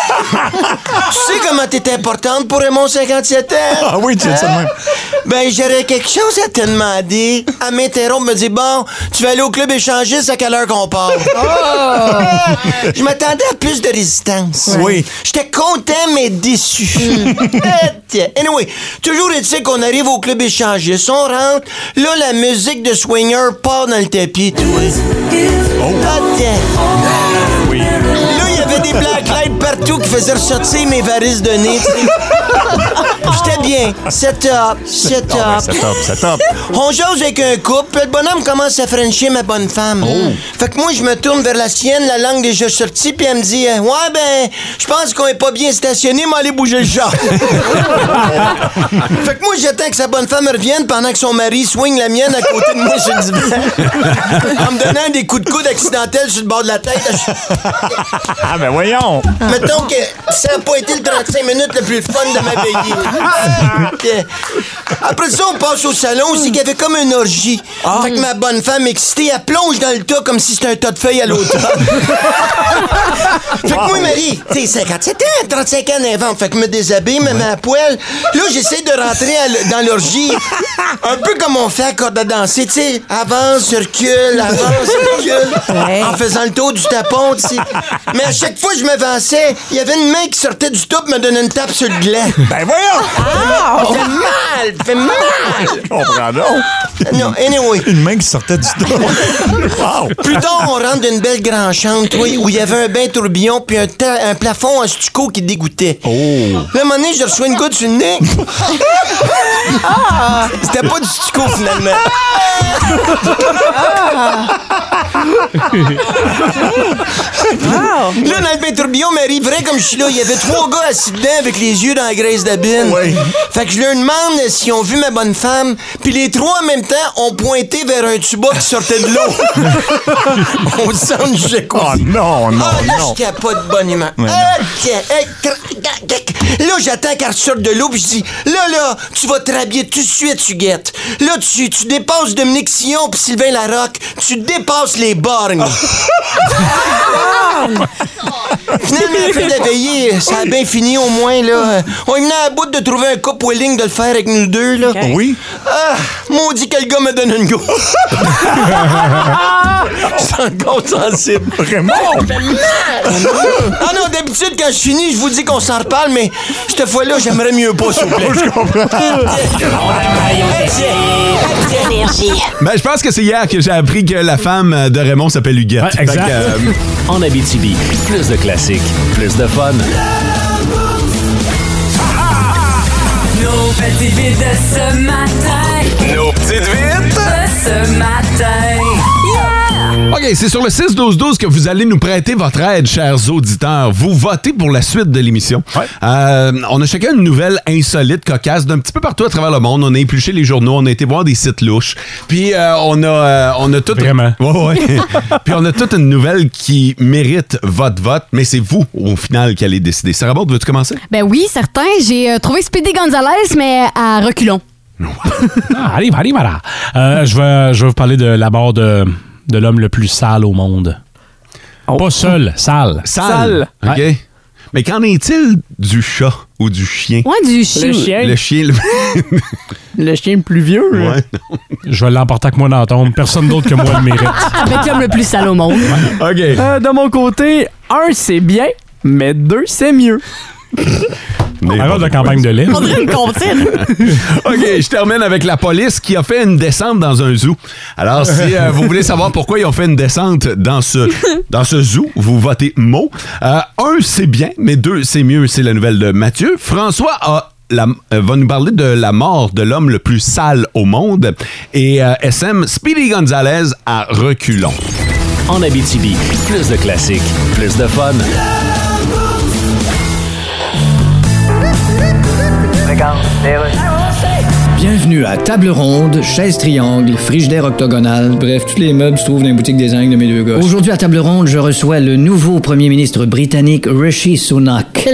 Speaker 9: tu sais comment t'es importante pour Raymond 57 ans.
Speaker 10: Ah oui, tu dis ça de même.
Speaker 9: Ben j'aurais quelque chose à te demander. À m'interrompre, me dit bon, tu vas aller au club échangiste à quelle heure qu'on part. je m'attendais à plus de résistance.
Speaker 10: Oui.
Speaker 9: J'étais content, mais déçu. Eh, tiens. anyway, toujours est-il qu'on arrive au club échangiste. On rentre. Là, la musique de Swinger part dans le tapis.
Speaker 10: Oh.
Speaker 9: tu vois. Ah, tiens. Là, il y avait des black lights partout qui faisaient ressortir mes varices de nez. tu sais. J'étais bien. Set up, set
Speaker 10: Oh, ben,
Speaker 9: up.
Speaker 10: set up, set up.
Speaker 9: On jase avec un couple, puis le bonhomme commence à frencher ma bonne femme.
Speaker 10: Oh.
Speaker 9: Fait que moi, je me tourne vers la sienne, la langue déjà sortie, puis elle me dit euh, Ouais, ben, je pense qu'on est pas bien stationné, mais allez bouger le genre. fait que moi, j'attends que sa bonne femme revienne pendant que son mari swing la mienne à côté de moi sur le divan. en me donnant des coups de coude accidentels sur le bord de la tête.
Speaker 10: Ah, ben voyons.
Speaker 9: Mettons que ça n'a pas été le 35 minutes le plus fun de ma veillée. Après ça, on passe au salon, c'est qu'il y avait comme une orgie. Fait que ma bonne femme excitée, elle plonge dans le tas comme si c'était un tas de feuilles à l'automne. fait que moi, Marie, tu sais, 57 ans, 35 ans d'invente. Fait que je me déshabille, me mets à poil. Là, j'essaie de rentrer à l- dans l'orgie, un peu comme on fait à corde à danser, tu sais. Avance, recule, avance, recule.
Speaker 10: Ouais.
Speaker 9: En faisant le tour du tapon, tu sais. Mais à chaque fois que je m'avançais, il y avait une main qui sortait du top me donnait une tape sur le gland.
Speaker 10: Ben voyons.
Speaker 9: Fait mal, fait mal.
Speaker 10: Comprends donc.
Speaker 9: Non, anyway.
Speaker 10: Une main qui sortait du dos. Wow.
Speaker 9: Plus tard, on rentre d'une belle grande chambre, oui, où il y avait un bain tourbillon puis un, ta- un plafond en stucco qui dégoûtait. Oh. Là, un moment donné, je reçois une goutte sur le nez. C'était pas du stucco, finalement. Là, dans le bain tourbillon, Marie, vrai comme je suis là, il y avait trois gars assis dedans avec les yeux dans la graisse d'abine.
Speaker 10: Oui.
Speaker 9: Fait que je leur demande s'ils ont vu ma bonne femme, puis les trois en même temps ont pointé vers un tuba qui sortait de l'eau. On sent je sais quoi.
Speaker 10: Oh non, non,
Speaker 9: Ah, là,
Speaker 10: non.
Speaker 9: je pas de bonne humeur.
Speaker 10: Mais non.
Speaker 9: Ah, tiens, hey, cr- cr- cr- Là, j'attends qu'elle sorte de l'eau, puis je dis Là, là, tu vas te rhabiller tout de suite, Huguette. Là, tu, tu dépasses Dominique Sillon puis Sylvain Larocque. Tu dépasses les bornes. Finalement, après la veillée, ça a bien fini au moins, là. On est venu à bout de trouver un couple willing de le faire avec nous deux, là.
Speaker 10: Oui.
Speaker 9: Ah, maudit que le gars me donne une go. C'est un go sensible.
Speaker 10: Vraiment.
Speaker 9: Ah non, d'habitude, quand je finis, je vous dis qu'on s'en reparle, mais cette fois-là, j'aimerais mieux pas, s'il vous plaît.
Speaker 10: Je comprends.
Speaker 3: Ben, je pense que c'est hier que j'ai appris que la femme euh, de Raymond s'appelle Huguette.
Speaker 5: Ouais, exact.
Speaker 3: Fait que, euh,
Speaker 2: En Abitibi, plus de classiques, plus de fun.
Speaker 11: Nos petites vites de ce matin,
Speaker 2: Nos petites vites!
Speaker 11: de ce matin. Yeah!
Speaker 3: OK, c'est sur le 6-12-12 que vous allez nous prêter votre aide, chers auditeurs. Vous votez pour la suite de l'émission. Euh, on a chacun une nouvelle insolite, cocasse, d'un petit peu partout à travers le monde. On a épluché les journaux, on a été voir des sites louches. Puis euh, on a, euh, on a tout...
Speaker 5: Vraiment.
Speaker 3: Ouais, ouais. Puis on a toute une nouvelle qui mérite votre vote, mais c'est vous, au final, qui allez décider. Sarah Baud, veux-tu commencer?
Speaker 4: Ben oui, certain. J'ai euh, trouvé Speedy Gonzalez, mais à reculons.
Speaker 5: Ah, arrive, arrive, voilà. Euh, je, vais, je vais vous parler de la mort de, de l'homme le plus sale au monde. Pas seul, sale.
Speaker 6: Sale.
Speaker 3: OK. Mais qu'en est-il du chat ou du chien?
Speaker 4: Ouais, du chien.
Speaker 6: Le chien.
Speaker 3: Le chien... le-
Speaker 6: Le chien plus vieux. hein.
Speaker 3: Ouais.
Speaker 5: Je vais l'emporter avec moi dans la tombe. Personne d'autre que moi le mérite.
Speaker 4: Avec l'homme Ah, le plus sale au monde.
Speaker 3: OK.
Speaker 6: Euh, de mon côté, un, c'est bien, mais deux, c'est mieux.
Speaker 5: Alors, de la campagne de lait.
Speaker 3: OK, je termine avec la police qui a fait une descente dans un zoo. Alors, si euh, vous voulez savoir pourquoi ils ont fait une descente dans ce, dans ce zoo, vous votez mot. Euh, un, c'est bien, mais deux, c'est mieux. C'est la nouvelle de Mathieu. François a la- euh, va nous parler de la mort de l'homme le plus sale au monde. Et euh, SM, Speedy Gonzalez à reculons.
Speaker 2: En Abitibi, plus de classiques, plus de fun.
Speaker 7: Bienvenue à Table Ronde, Chaise Triangle, Frigidaire Octogonal. Bref, tous les meubles se trouvent dans la boutique design de mes deux gars. Aujourd'hui à Table Ronde, je reçois le nouveau premier ministre britannique Rishi Sunak.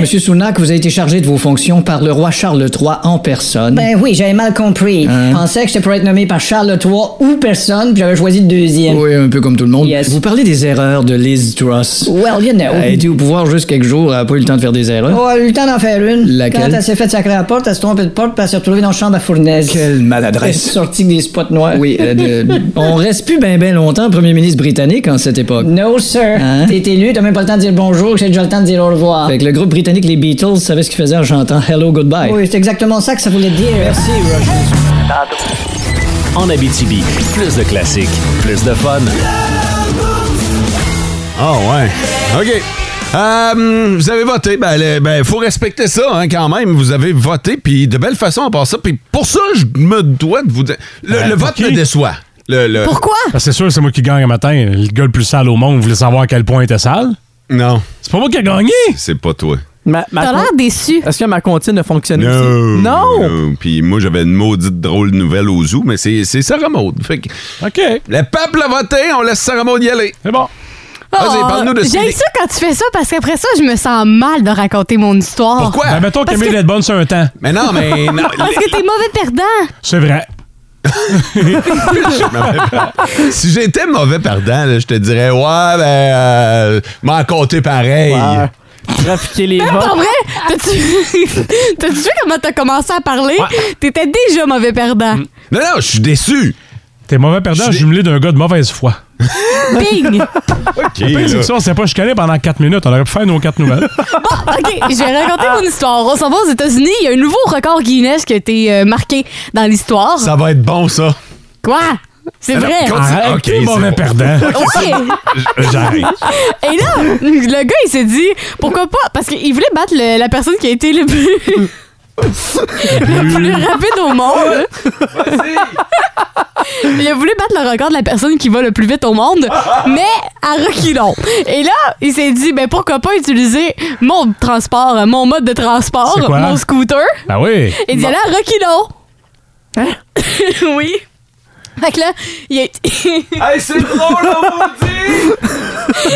Speaker 7: Monsieur Sunak, vous avez été chargé de vos fonctions par le roi Charles III en personne. Hein?
Speaker 8: Ben oui, j'avais mal compris. Je pensais que j'étais pour être nommé par Charles III ou personne, puis j'avais choisi le deuxième.
Speaker 7: Oui, un peu comme tout le monde.
Speaker 8: Yes.
Speaker 7: Vous parlez des erreurs de Liz Truss.
Speaker 8: Well, you know.
Speaker 7: Elle a été au pouvoir juste quelques jours, elle n'a pas eu le temps de faire des erreurs.
Speaker 8: Oh, elle a eu le temps d'en faire une.
Speaker 7: Laquelle?
Speaker 8: Quand elle s'est fait sacrer à la porte, elle s'est trompée de porte, puis elle s'est retrouvée dans la chambre à fournaise.
Speaker 7: Quelle
Speaker 8: Elle est
Speaker 7: maladresse.
Speaker 8: sortie avec des spots noirs.
Speaker 7: Oui, euh, de- on reste plus bien ben longtemps premier ministre britannique en cette époque.
Speaker 8: No, sir.
Speaker 7: Hein?
Speaker 8: T'es élu, t'as même pas le temps de dire bonjour, j'ai déjà le temps de dire au revoir.
Speaker 7: Fait que le groupe britannique Les Beatles savait ce qu'ils faisaient en chantant Hello Goodbye.
Speaker 8: Oui, c'est exactement ça que ça voulait dire. Merci,
Speaker 2: En Abitibi, plus de classiques, plus de fun.
Speaker 3: Ah ouais. OK. Euh, vous avez voté. Ben, il faut respecter ça hein, quand même. Vous avez voté, puis de belle façon, on part ça. Puis pour ça, je me dois de vous dire. Le,
Speaker 5: Euh,
Speaker 3: le
Speaker 5: pour
Speaker 3: vote
Speaker 5: qui?
Speaker 3: me déçoit. Le- le-
Speaker 5: Euh, Parce que c'est sûr, c'est moi qui gagne un matin. Le gars le plus sale au monde, vous voulez savoir à quel point il était sale?
Speaker 3: Non.
Speaker 5: C'est pas moi qui ai gagné!
Speaker 3: C'est pas toi.
Speaker 6: Ma, ma
Speaker 4: T'as
Speaker 6: con-
Speaker 4: l'air déçu.
Speaker 6: Est-ce que ma comptine a fonctionné
Speaker 3: Non.
Speaker 6: aussi? Non!
Speaker 3: Puis moi, j'avais une maudite drôle nouvelle au zoo, mais c'est c'est Sarah Maud. Fait que
Speaker 5: OK.
Speaker 3: le peuple a voté, on laisse Sarah Maud y aller.
Speaker 5: C'est bon.
Speaker 3: Ah, Vas-y,
Speaker 4: Oh,
Speaker 3: parle-nous de ce
Speaker 4: J'aime
Speaker 3: qu'il-
Speaker 4: ça quand tu fais ça parce qu'après ça, je me sens mal de raconter mon histoire.
Speaker 3: Pourquoi?
Speaker 5: Ben, mettons
Speaker 4: Parce
Speaker 5: Camille
Speaker 4: que-
Speaker 5: d'être bonne sur un temps.
Speaker 3: Mais non, mais non.
Speaker 4: Parce que t'es mauvais perdant.
Speaker 5: C'est vrai.
Speaker 3: si j'étais mauvais perdant, là, je te dirais, ouais, ben, euh, m'en compter pareil.
Speaker 6: Ouais. Trafiquer les
Speaker 4: Même pas
Speaker 6: votes.
Speaker 4: vrai. T'as-tu T'as-tu vu comment t'as commencé à parler? T'étais déjà mauvais perdant.
Speaker 3: Non, non, je suis déçu.
Speaker 5: T'es mauvais perdant jumelé d'un gars de mauvaise foi.
Speaker 4: Bing!
Speaker 3: OK.
Speaker 5: Le pire, c'est que
Speaker 3: là.
Speaker 5: ça, on s'est pas chicané pendant 4 minutes. On aurait pu faire nos 4 nouvelles.
Speaker 4: OK, je vais raconter mon histoire. On s'en va aux États-Unis. Il y a un nouveau record Guinness qui a été euh, marqué dans l'histoire.
Speaker 3: Ça va être bon, ça.
Speaker 4: Quoi? C'est
Speaker 3: Alors,
Speaker 4: vrai.
Speaker 3: continue.
Speaker 5: Arrête,
Speaker 3: Ok,
Speaker 5: t'es
Speaker 3: c'est
Speaker 5: mauvais
Speaker 3: bon.
Speaker 5: perdant.
Speaker 4: Ouais.
Speaker 3: Euh,
Speaker 5: J'arrête.
Speaker 4: Et là, le gars, il s'est dit, pourquoi pas? Parce qu'il voulait battre le- la personne qui a été le plus... le plus rapide au monde. il a voulu battre le record de la personne qui va le plus vite au monde, mais à reculons. Et là, il s'est dit, ben pourquoi pas utiliser mon transport, euh, mon mode de transport,
Speaker 5: C'est quoi?
Speaker 4: mon scooter.
Speaker 3: Ben
Speaker 5: Ah oui.
Speaker 4: Et il dit, là, reculons.
Speaker 3: Hein?
Speaker 4: oui. Fait que là, il a...
Speaker 3: Hey, c'est drôle, on vous dit!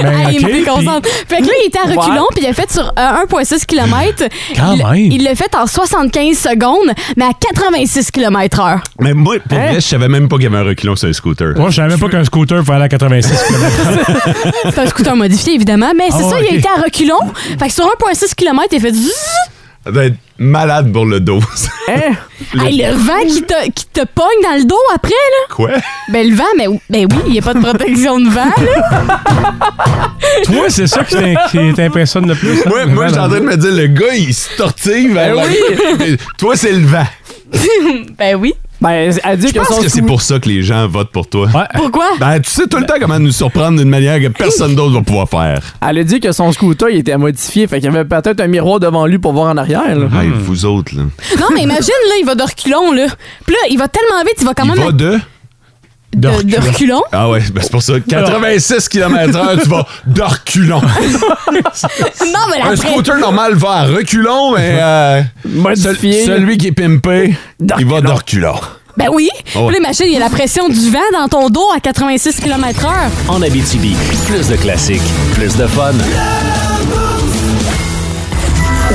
Speaker 5: Ben,
Speaker 4: Ah, il me
Speaker 5: ok,
Speaker 4: déconcentre. Fait que là, il était à reculons, puis il a fait sur euh, 1,6 km.
Speaker 5: Quand
Speaker 4: il,
Speaker 5: même.
Speaker 4: Il l'a fait en 75 secondes, mais à 86 km/h.
Speaker 3: Mais moi, pour vrai, je savais même pas qu'il y avait un reculon sur un scooter.
Speaker 5: Moi, je savais même pas qu'un scooter pouvait aller à 86 km.
Speaker 4: C'est un scooter modifié, évidemment, mais c'est
Speaker 5: Ah,
Speaker 4: ça,
Speaker 5: ok.
Speaker 4: il a été à reculons. Fait que sur 1,6 km, il a fait zzz.
Speaker 3: Ça doit être malade pour le dos.
Speaker 6: Hein?
Speaker 4: Hey, le vent qui te, qui te pogne dans le dos après, là.
Speaker 3: Quoi?
Speaker 4: Ben, le vent, mais, ben oui, il n'y a pas de protection de vent, là.
Speaker 5: Toi, c'est ça qui t'in- qui t'impressionne le plus. hein? Ben
Speaker 3: Moi, moi j'étais en train de me dire, le gars, il se tortille vers la- Mais Toi, c'est le vent.
Speaker 4: Ben oui.
Speaker 6: Ben, elle dit
Speaker 3: Je
Speaker 6: que
Speaker 3: pense
Speaker 6: son
Speaker 3: que c'est
Speaker 6: scoo-
Speaker 3: pour ça que les gens votent pour toi.
Speaker 5: Ouais.
Speaker 4: Pourquoi?
Speaker 3: Ben, tu sais tout le temps comment nous surprendre d'une manière que personne d'autre va pouvoir faire.
Speaker 6: Elle a dit que son scooter il était modifié, fait qu'il y avait peut-être un miroir devant lui pour voir en arrière. là.
Speaker 3: Hey, vous autres, là.
Speaker 4: Non, mais imagine, là, il va de reculons, là. Puis là, il va tellement vite, il va quand
Speaker 3: Il
Speaker 4: même
Speaker 3: va
Speaker 4: à-
Speaker 3: de.
Speaker 5: de
Speaker 4: de- de
Speaker 5: reculons.
Speaker 4: reculons.
Speaker 3: Ah ouais, ben c'est pour ça. 86 km/h, tu vas de reculons.
Speaker 4: Non, mais
Speaker 3: Un
Speaker 4: après,
Speaker 3: scooter normal va à reculons, mais euh,
Speaker 6: Modifié.
Speaker 3: cel- celui qui est pimpé,
Speaker 6: De
Speaker 3: il va de
Speaker 6: reculons.
Speaker 3: reculons.
Speaker 4: Ben oui.
Speaker 3: Ah ouais.
Speaker 4: Puis là, imagine, il y a la pression du vent dans ton dos à 86 km/h.
Speaker 2: En Abitibi, plus de classiques, plus de fun.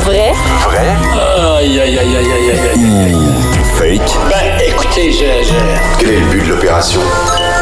Speaker 1: Vrai,
Speaker 2: Aïe, aïe, aïe, aïe, aïe, aïe,
Speaker 12: Fake.
Speaker 2: Ben, écoutez, je...
Speaker 12: Quel est le but de l'opération?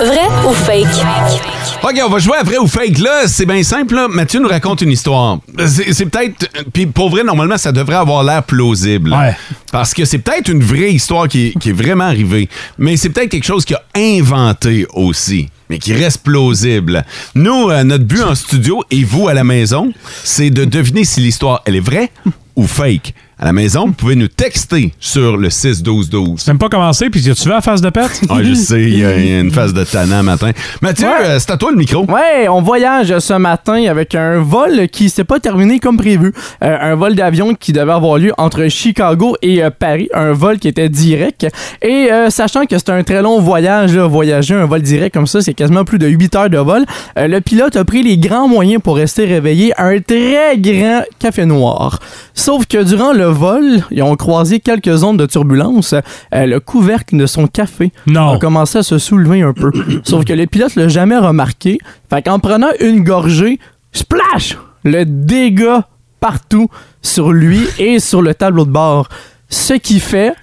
Speaker 1: vrai ou fake?
Speaker 3: OK, on va jouer à vrai ou fake. Là, c'est bien simple. Là. Mathieu nous raconte une histoire. C'est c'est peut-être... Puis pour vrai, normalement, ça devrait avoir l'air plausible.
Speaker 5: Ouais.
Speaker 3: Parce que c'est peut-être une vraie histoire qui est, qui est vraiment arrivée. Mais c'est peut-être quelque chose qu'il a inventé aussi. Mais qui reste plausible. Nous, euh, notre but en studio, et vous à la maison, c'est de deviner si l'histoire, elle est vraie ou fake. À la maison, vous pouvez nous texter sur le 6-12-12.
Speaker 5: Tu n'aimes pas commencer, puis tu vas à face de pète?
Speaker 3: Ah, je sais, il y, a il y a une phase de tannant matin. Mathieu,
Speaker 6: Ouais.
Speaker 3: euh, c'est à toi le micro.
Speaker 6: Ouais, on voyage ce matin avec un vol qui s'est pas terminé comme prévu. Euh, un vol d'avion qui devait avoir lieu entre Chicago et euh, Paris, un vol qui était direct. Et euh, sachant que c'est un très long voyage, là, voyager un vol direct comme ça, c'est quasiment plus de 8 heures de vol, euh, le pilote a pris les grands moyens pour rester réveillé à un très grand café noir. Sauf que durant le vol, ils ont croisé quelques zones de turbulence. Euh, le couvercle de son café
Speaker 5: Non.
Speaker 6: a commencé à se soulever un peu. Sauf que le pilote l'a jamais remarqué. Fait qu'en prenant une gorgée, splash! Le dégât partout sur lui et sur le tableau de bord. Ce qui fait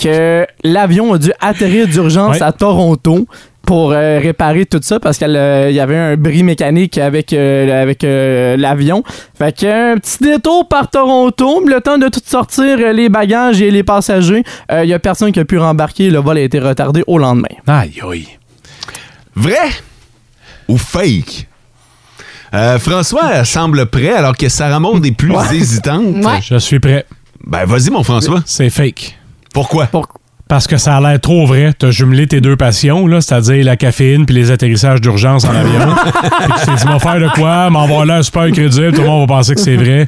Speaker 6: que l'avion a dû atterrir d'urgence
Speaker 5: Ouais.
Speaker 6: à Toronto pour euh, réparer tout ça parce qu'il euh, y avait un bris mécanique avec, euh, avec euh, l'avion. Fait que un petit détour par Toronto, le temps de tout sortir euh, les bagages et les passagers. Euh, Il y a personne qui a pu rembarquer, le vol a été retardé au lendemain.
Speaker 5: Aïe, aïe.
Speaker 3: Vrai ou fake? Euh, François semble prêt alors que Sarah Maud est plus hésitante.
Speaker 4: Ouais.
Speaker 5: Je suis prêt.
Speaker 3: Ben vas-y mon François.
Speaker 5: C'est fake.
Speaker 3: Pourquoi?
Speaker 6: Pour-
Speaker 5: Parce que ça a l'air trop vrai. T'as jumelé tes deux passions, là, c'est-à-dire la caféine puis les atterrissages d'urgence en avion. Puis tu t'es dit, m'en faire de quoi, m'en va l'air super crédible, tout le monde va penser que c'est vrai.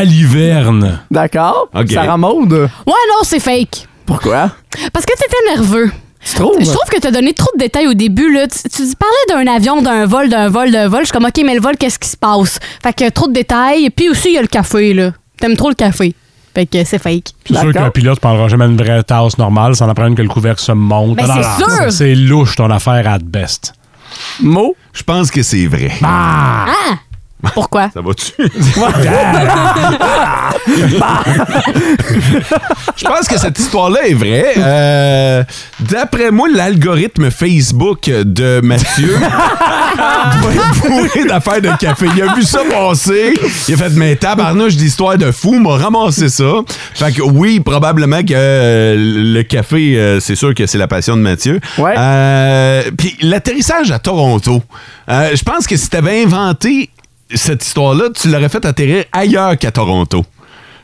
Speaker 5: Baliverne.
Speaker 6: D'accord.
Speaker 5: OK.
Speaker 6: Sarah Maude.
Speaker 4: Ouais, non, c'est fake.
Speaker 6: Pourquoi?
Speaker 4: Parce que t'étais nerveux.
Speaker 6: trouves?
Speaker 4: Je trouve que t'as donné trop de détails au début. Là. Tu, tu parlais d'un avion, d'un vol, d'un vol, d'un vol. Je suis comme, OK, mais le vol, qu'est-ce qui se passe? Fait que trop de détails. Puis aussi, il y a le café. là. T'aimes trop le café. Fait que c'est fake.
Speaker 5: C'est sûr qu'un pilote prendra jamais une vraie tasse normale sans apprendre que le couvercle se monte.
Speaker 4: Mais
Speaker 5: Non,
Speaker 4: c'est
Speaker 5: non,
Speaker 4: sûr!
Speaker 5: C'est louche ton affaire at best. Bah!
Speaker 6: Mot?
Speaker 3: Je pense que c'est vrai.
Speaker 4: Ah! Pourquoi? Ah!
Speaker 3: Ça va-tu? Ah! Je pense que cette histoire-là est vraie. Euh, D'après moi, l'algorithme Facebook de Mathieu doit être bourré d'affaires de café. Il a vu ça passer. Il a fait Mais tabarnouche d'histoire de fou, m'a ramassé ça. Fait que oui, probablement que euh, le café, euh, c'est sûr que c'est la passion de Mathieu.
Speaker 6: Ouais.
Speaker 3: Euh, Puis l'atterrissage à Toronto, euh, je pense que si t'avais inventé cette histoire-là, tu l'aurais fait atterrir ailleurs qu'à Toronto.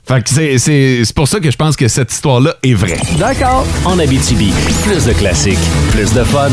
Speaker 3: Fait que c'est- c'est c'est pour ça que je pense que cette histoire-là est vraie.
Speaker 6: D'accord.
Speaker 2: En Abitibi, plus de classiques, plus de fun.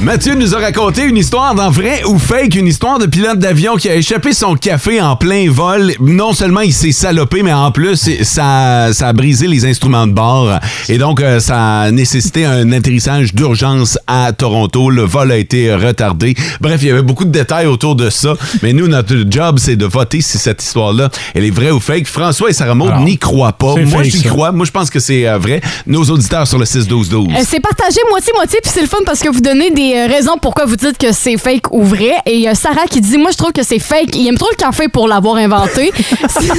Speaker 3: Mathieu nous a raconté une histoire dans vrai ou fake, une histoire de pilote d'avion qui a échappé son café en plein vol. Non seulement il s'est salopé, mais en plus, ça, ça a brisé les instruments de bord. Et donc, euh, ça a nécessité un atterrissage d'urgence à Toronto. Le vol a été retardé. Bref, il y avait beaucoup de détails autour de ça. Mais nous, notre job, c'est de voter si cette histoire-là, elle est vraie ou fake. François et Sarah Maud
Speaker 5: Alors,
Speaker 3: n'y croient pas.
Speaker 5: c'est
Speaker 3: Moi,
Speaker 5: fake,
Speaker 3: j'y
Speaker 5: ça.
Speaker 3: crois. Moi, je pense que c'est euh, vrai. Nos auditeurs sur le 6-12-12.
Speaker 4: Euh, c'est partagé moitié-moitié, puis c'est le fun parce que vous donnez des euh, raisons pourquoi vous dites que c'est fake ou vrai. Et il y a Sarah qui dit Moi, je trouve que c'est fake. Il aime trop le café pour l'avoir inventé. Sinon,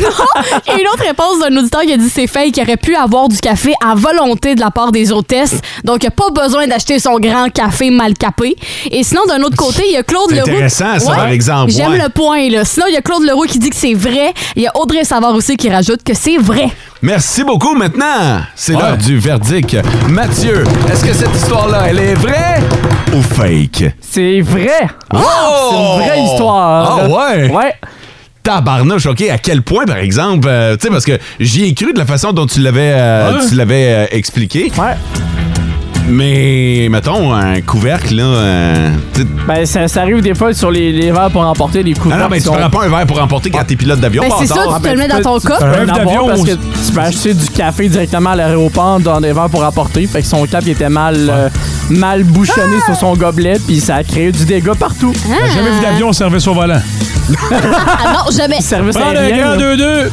Speaker 4: il y a une autre réponse d'un auditeur qui a dit C'est fake. Il aurait pu avoir du café à volonté de la part des hôtesses. Donc, il n'y a pas besoin d'acheter son grand café mal capé. Et sinon, d'un autre côté, il y a Claude
Speaker 3: C'est
Speaker 4: Leroux.
Speaker 3: intéressant, ça, par exemple,
Speaker 4: J'aime
Speaker 3: ouais.
Speaker 4: le point, là. Sinon, il y a Claude Leroux qui dit que c'est vrai. Il y a Audrey Savard aussi qui rajoute que c'est vrai.
Speaker 3: Merci beaucoup. Maintenant, c'est l'heure du verdict. Mathieu, est-ce que cette histoire-là, elle est vraie ou fake?
Speaker 6: C'est vrai.
Speaker 3: Oh!
Speaker 6: C'est une vraie histoire.
Speaker 3: Ah ouais?
Speaker 6: Ouais.
Speaker 3: Tabarnouche, OK. À quel point, par exemple? euh, tu sais, parce que j'y ai cru de la façon dont tu l'avais euh,
Speaker 6: Ouais.
Speaker 3: tu l'avais euh, expliqué.
Speaker 6: Ouais.
Speaker 3: Mais, mettons, un couvercle, là... euh, tu sais,
Speaker 6: Ben, ça, ça arrive des fois sur les, les verres pour emporter, les coups
Speaker 3: ah non, mais tu prends pas un verre pour emporter quand t'es pilote d'avion.
Speaker 4: Ben,
Speaker 3: pas
Speaker 4: c'est ça,
Speaker 3: encore.
Speaker 4: tu te le mets dans ton
Speaker 6: Ah, Tu
Speaker 4: coffre.
Speaker 6: peux
Speaker 5: Un
Speaker 6: en
Speaker 5: rêve
Speaker 6: avoir
Speaker 5: d'avion,
Speaker 6: parce
Speaker 5: on-
Speaker 6: que tu peux acheter du café directement à l'aéroport dans des verres pour apporter. Fait que son cap il était mal, euh, mal bouchonné sur son gobelet, puis ça a créé du dégât partout.
Speaker 5: J'ai jamais vu d'avion au service au volant.
Speaker 4: Ah non, jamais.
Speaker 6: Service
Speaker 5: Prends le grand
Speaker 6: aérien. là.
Speaker 5: 2-2.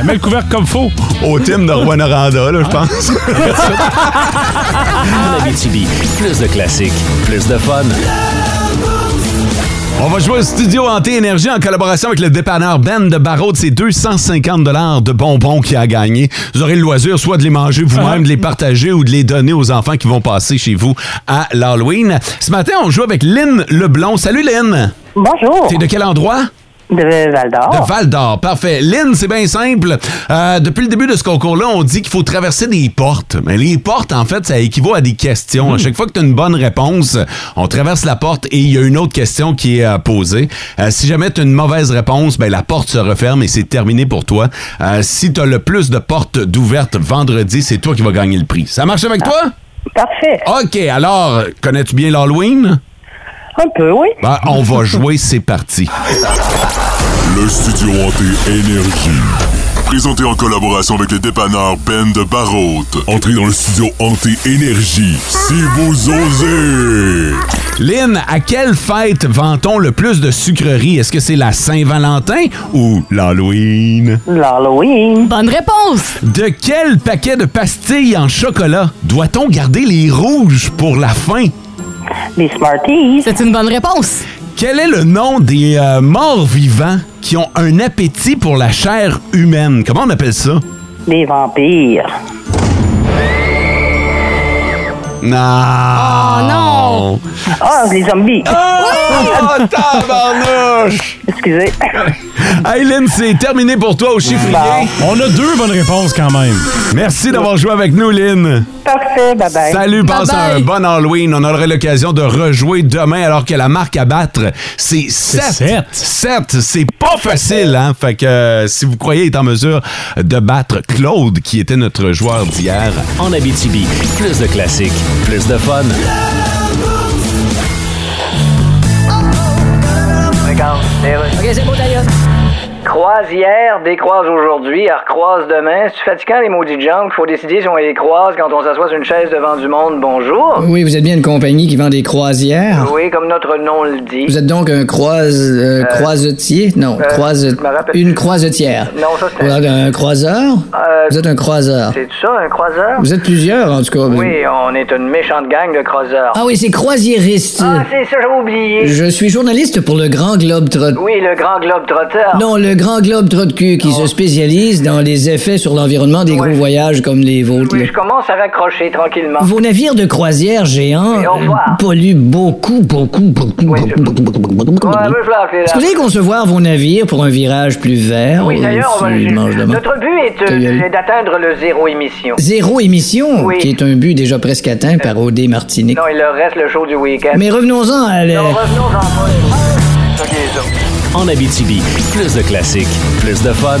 Speaker 5: Elle met le couvercle comme faux.
Speaker 3: Au team de Rouen-Oranda, là, je pense. Ah!
Speaker 2: En Abitibi, plus de classiques, plus de fun.
Speaker 3: On va jouer au studio Anté Énergie en collaboration avec le dépanneur Ben de Barraud. C'est 250 de bonbons qu'il a gagné. Vous aurez le loisir soit de les manger vous-même, de les partager ou de les donner aux enfants qui vont passer chez vous à l'Halloween. Ce matin, on joue avec Lynn Leblon. Salut Lynn!
Speaker 13: Bonjour.
Speaker 3: T'es de quel endroit?
Speaker 13: De Val d'Or.
Speaker 3: De Val d'Or. Parfait. Lynn, c'est bien simple. Euh, depuis le début de ce concours-là, on dit qu'il faut traverser des portes. Mais les portes, en fait, ça équivaut à des questions.
Speaker 13: Hmm.
Speaker 3: À chaque fois que tu as une bonne réponse, on traverse la porte et il y a une autre question qui est euh, posée. Euh, si jamais tu as une mauvaise réponse, ben, la porte se referme et c'est terminé pour toi. Euh, si tu as le plus de portes d'ouvertes vendredi, c'est toi qui vas gagner le prix. Ça marche avec toi?
Speaker 13: Parfait.
Speaker 3: OK. Alors, connais-tu bien l'Halloween?
Speaker 13: Un peu, oui.
Speaker 3: Ben, on va jouer, c'est parti.
Speaker 14: Le studio hanté Énergie. Présenté en collaboration avec le dépanneur Ben de Barraute. Entrée dans le studio hanté Énergie. Si vous osez.
Speaker 3: Lynn, à quelle fête vend-on le plus de sucreries? Est-ce que c'est la Saint-Valentin ou l'Halloween?
Speaker 13: L'Halloween.
Speaker 4: Bonne réponse.
Speaker 3: De quel paquet de pastilles en chocolat doit-on garder les rouges pour la fin?
Speaker 13: Les Smarties.
Speaker 4: C'est une bonne réponse.
Speaker 3: Quel est le nom des euh, morts vivants qui ont un appétit pour la chair humaine? Comment on appelle ça?
Speaker 13: Les vampires.
Speaker 4: Oh,
Speaker 3: Ah,
Speaker 4: non.
Speaker 3: non.
Speaker 13: Ah, les zombies.
Speaker 3: Oh, tabarnouche!
Speaker 13: Excusez.
Speaker 3: Hey Lynn, c'est terminé pour toi au chiffrier.
Speaker 5: On a deux bonnes réponses quand même.
Speaker 3: Merci d'avoir joué avec nous, Lynn.
Speaker 13: Parfait, bye bye.
Speaker 3: Salut, passe un bon Halloween. On aura l'occasion de rejouer demain alors que la marque à battre, c'est 7. 7, c'est pas facile, hein? Fait que euh, si vous croyez être en mesure de battre Claude, qui était notre joueur d'hier.
Speaker 2: En Abitibi, plus de classiques, plus de fun.
Speaker 8: Ok, c'est bon, d'ailleurs.
Speaker 15: Croise hier, décroise aujourd'hui, elle recroise demain. C'est fatigant les maudits gens qu'il faut décider si on les croise quand on s'assoit sur une chaise devant du monde. Bonjour.
Speaker 7: Oui, vous êtes bien une compagnie qui vend des croisières.
Speaker 15: Oui, comme notre nom le dit.
Speaker 7: Vous êtes donc un croise, euh, croisetier? Non,
Speaker 15: euh, je
Speaker 7: croise,
Speaker 15: me rappelle
Speaker 7: une
Speaker 15: plus.
Speaker 7: croisetière.
Speaker 15: Non, ça, c'est-
Speaker 7: Vous êtes un croiseur? vous êtes un croiseur.
Speaker 15: C'est ça, un croiseur?
Speaker 7: Vous êtes plusieurs, en tout cas.
Speaker 15: Oui, on est une méchante gang de croiseurs.
Speaker 7: Ah oui, c'est croisiériste.
Speaker 15: Ah, c'est ça, j'avais oublié.
Speaker 7: Je suis journaliste pour le Grand Globe Trot.
Speaker 15: Oui, le grand globe trotteur.
Speaker 7: Non, le Grand Globe Trot Cul qui se spécialise dans les effets sur l'environnement des gros voyages comme les vôtres. là.
Speaker 15: Je commence à raccrocher tranquillement.
Speaker 7: Vos navires de croisière géants
Speaker 15: Et au revoir.
Speaker 7: euh, polluent beaucoup, beaucoup, beaucoup, beaucoup, beaucoup, beaucoup, beaucoup, beaucoup.
Speaker 15: Ouais, je vais l'appeler, là.
Speaker 7: Est-ce que vous allez concevoir vos navires pour un virage plus vert?
Speaker 15: Oui,
Speaker 7: euh,
Speaker 15: d'ailleurs, on va-
Speaker 7: s'ils mangent de
Speaker 15: notre but est
Speaker 7: Ta
Speaker 15: euh,
Speaker 7: gueule.
Speaker 15: d'atteindre le zéro émission.
Speaker 7: Zéro émission,
Speaker 15: Oui.
Speaker 7: qui est un but déjà presque atteint par O.D. Martinique.
Speaker 15: Non, il leur reste le show du week-end.
Speaker 7: Mais revenons-en à la-
Speaker 15: Non, revenons-en pas.
Speaker 2: En Abitibi, plus de classiques, plus de fun.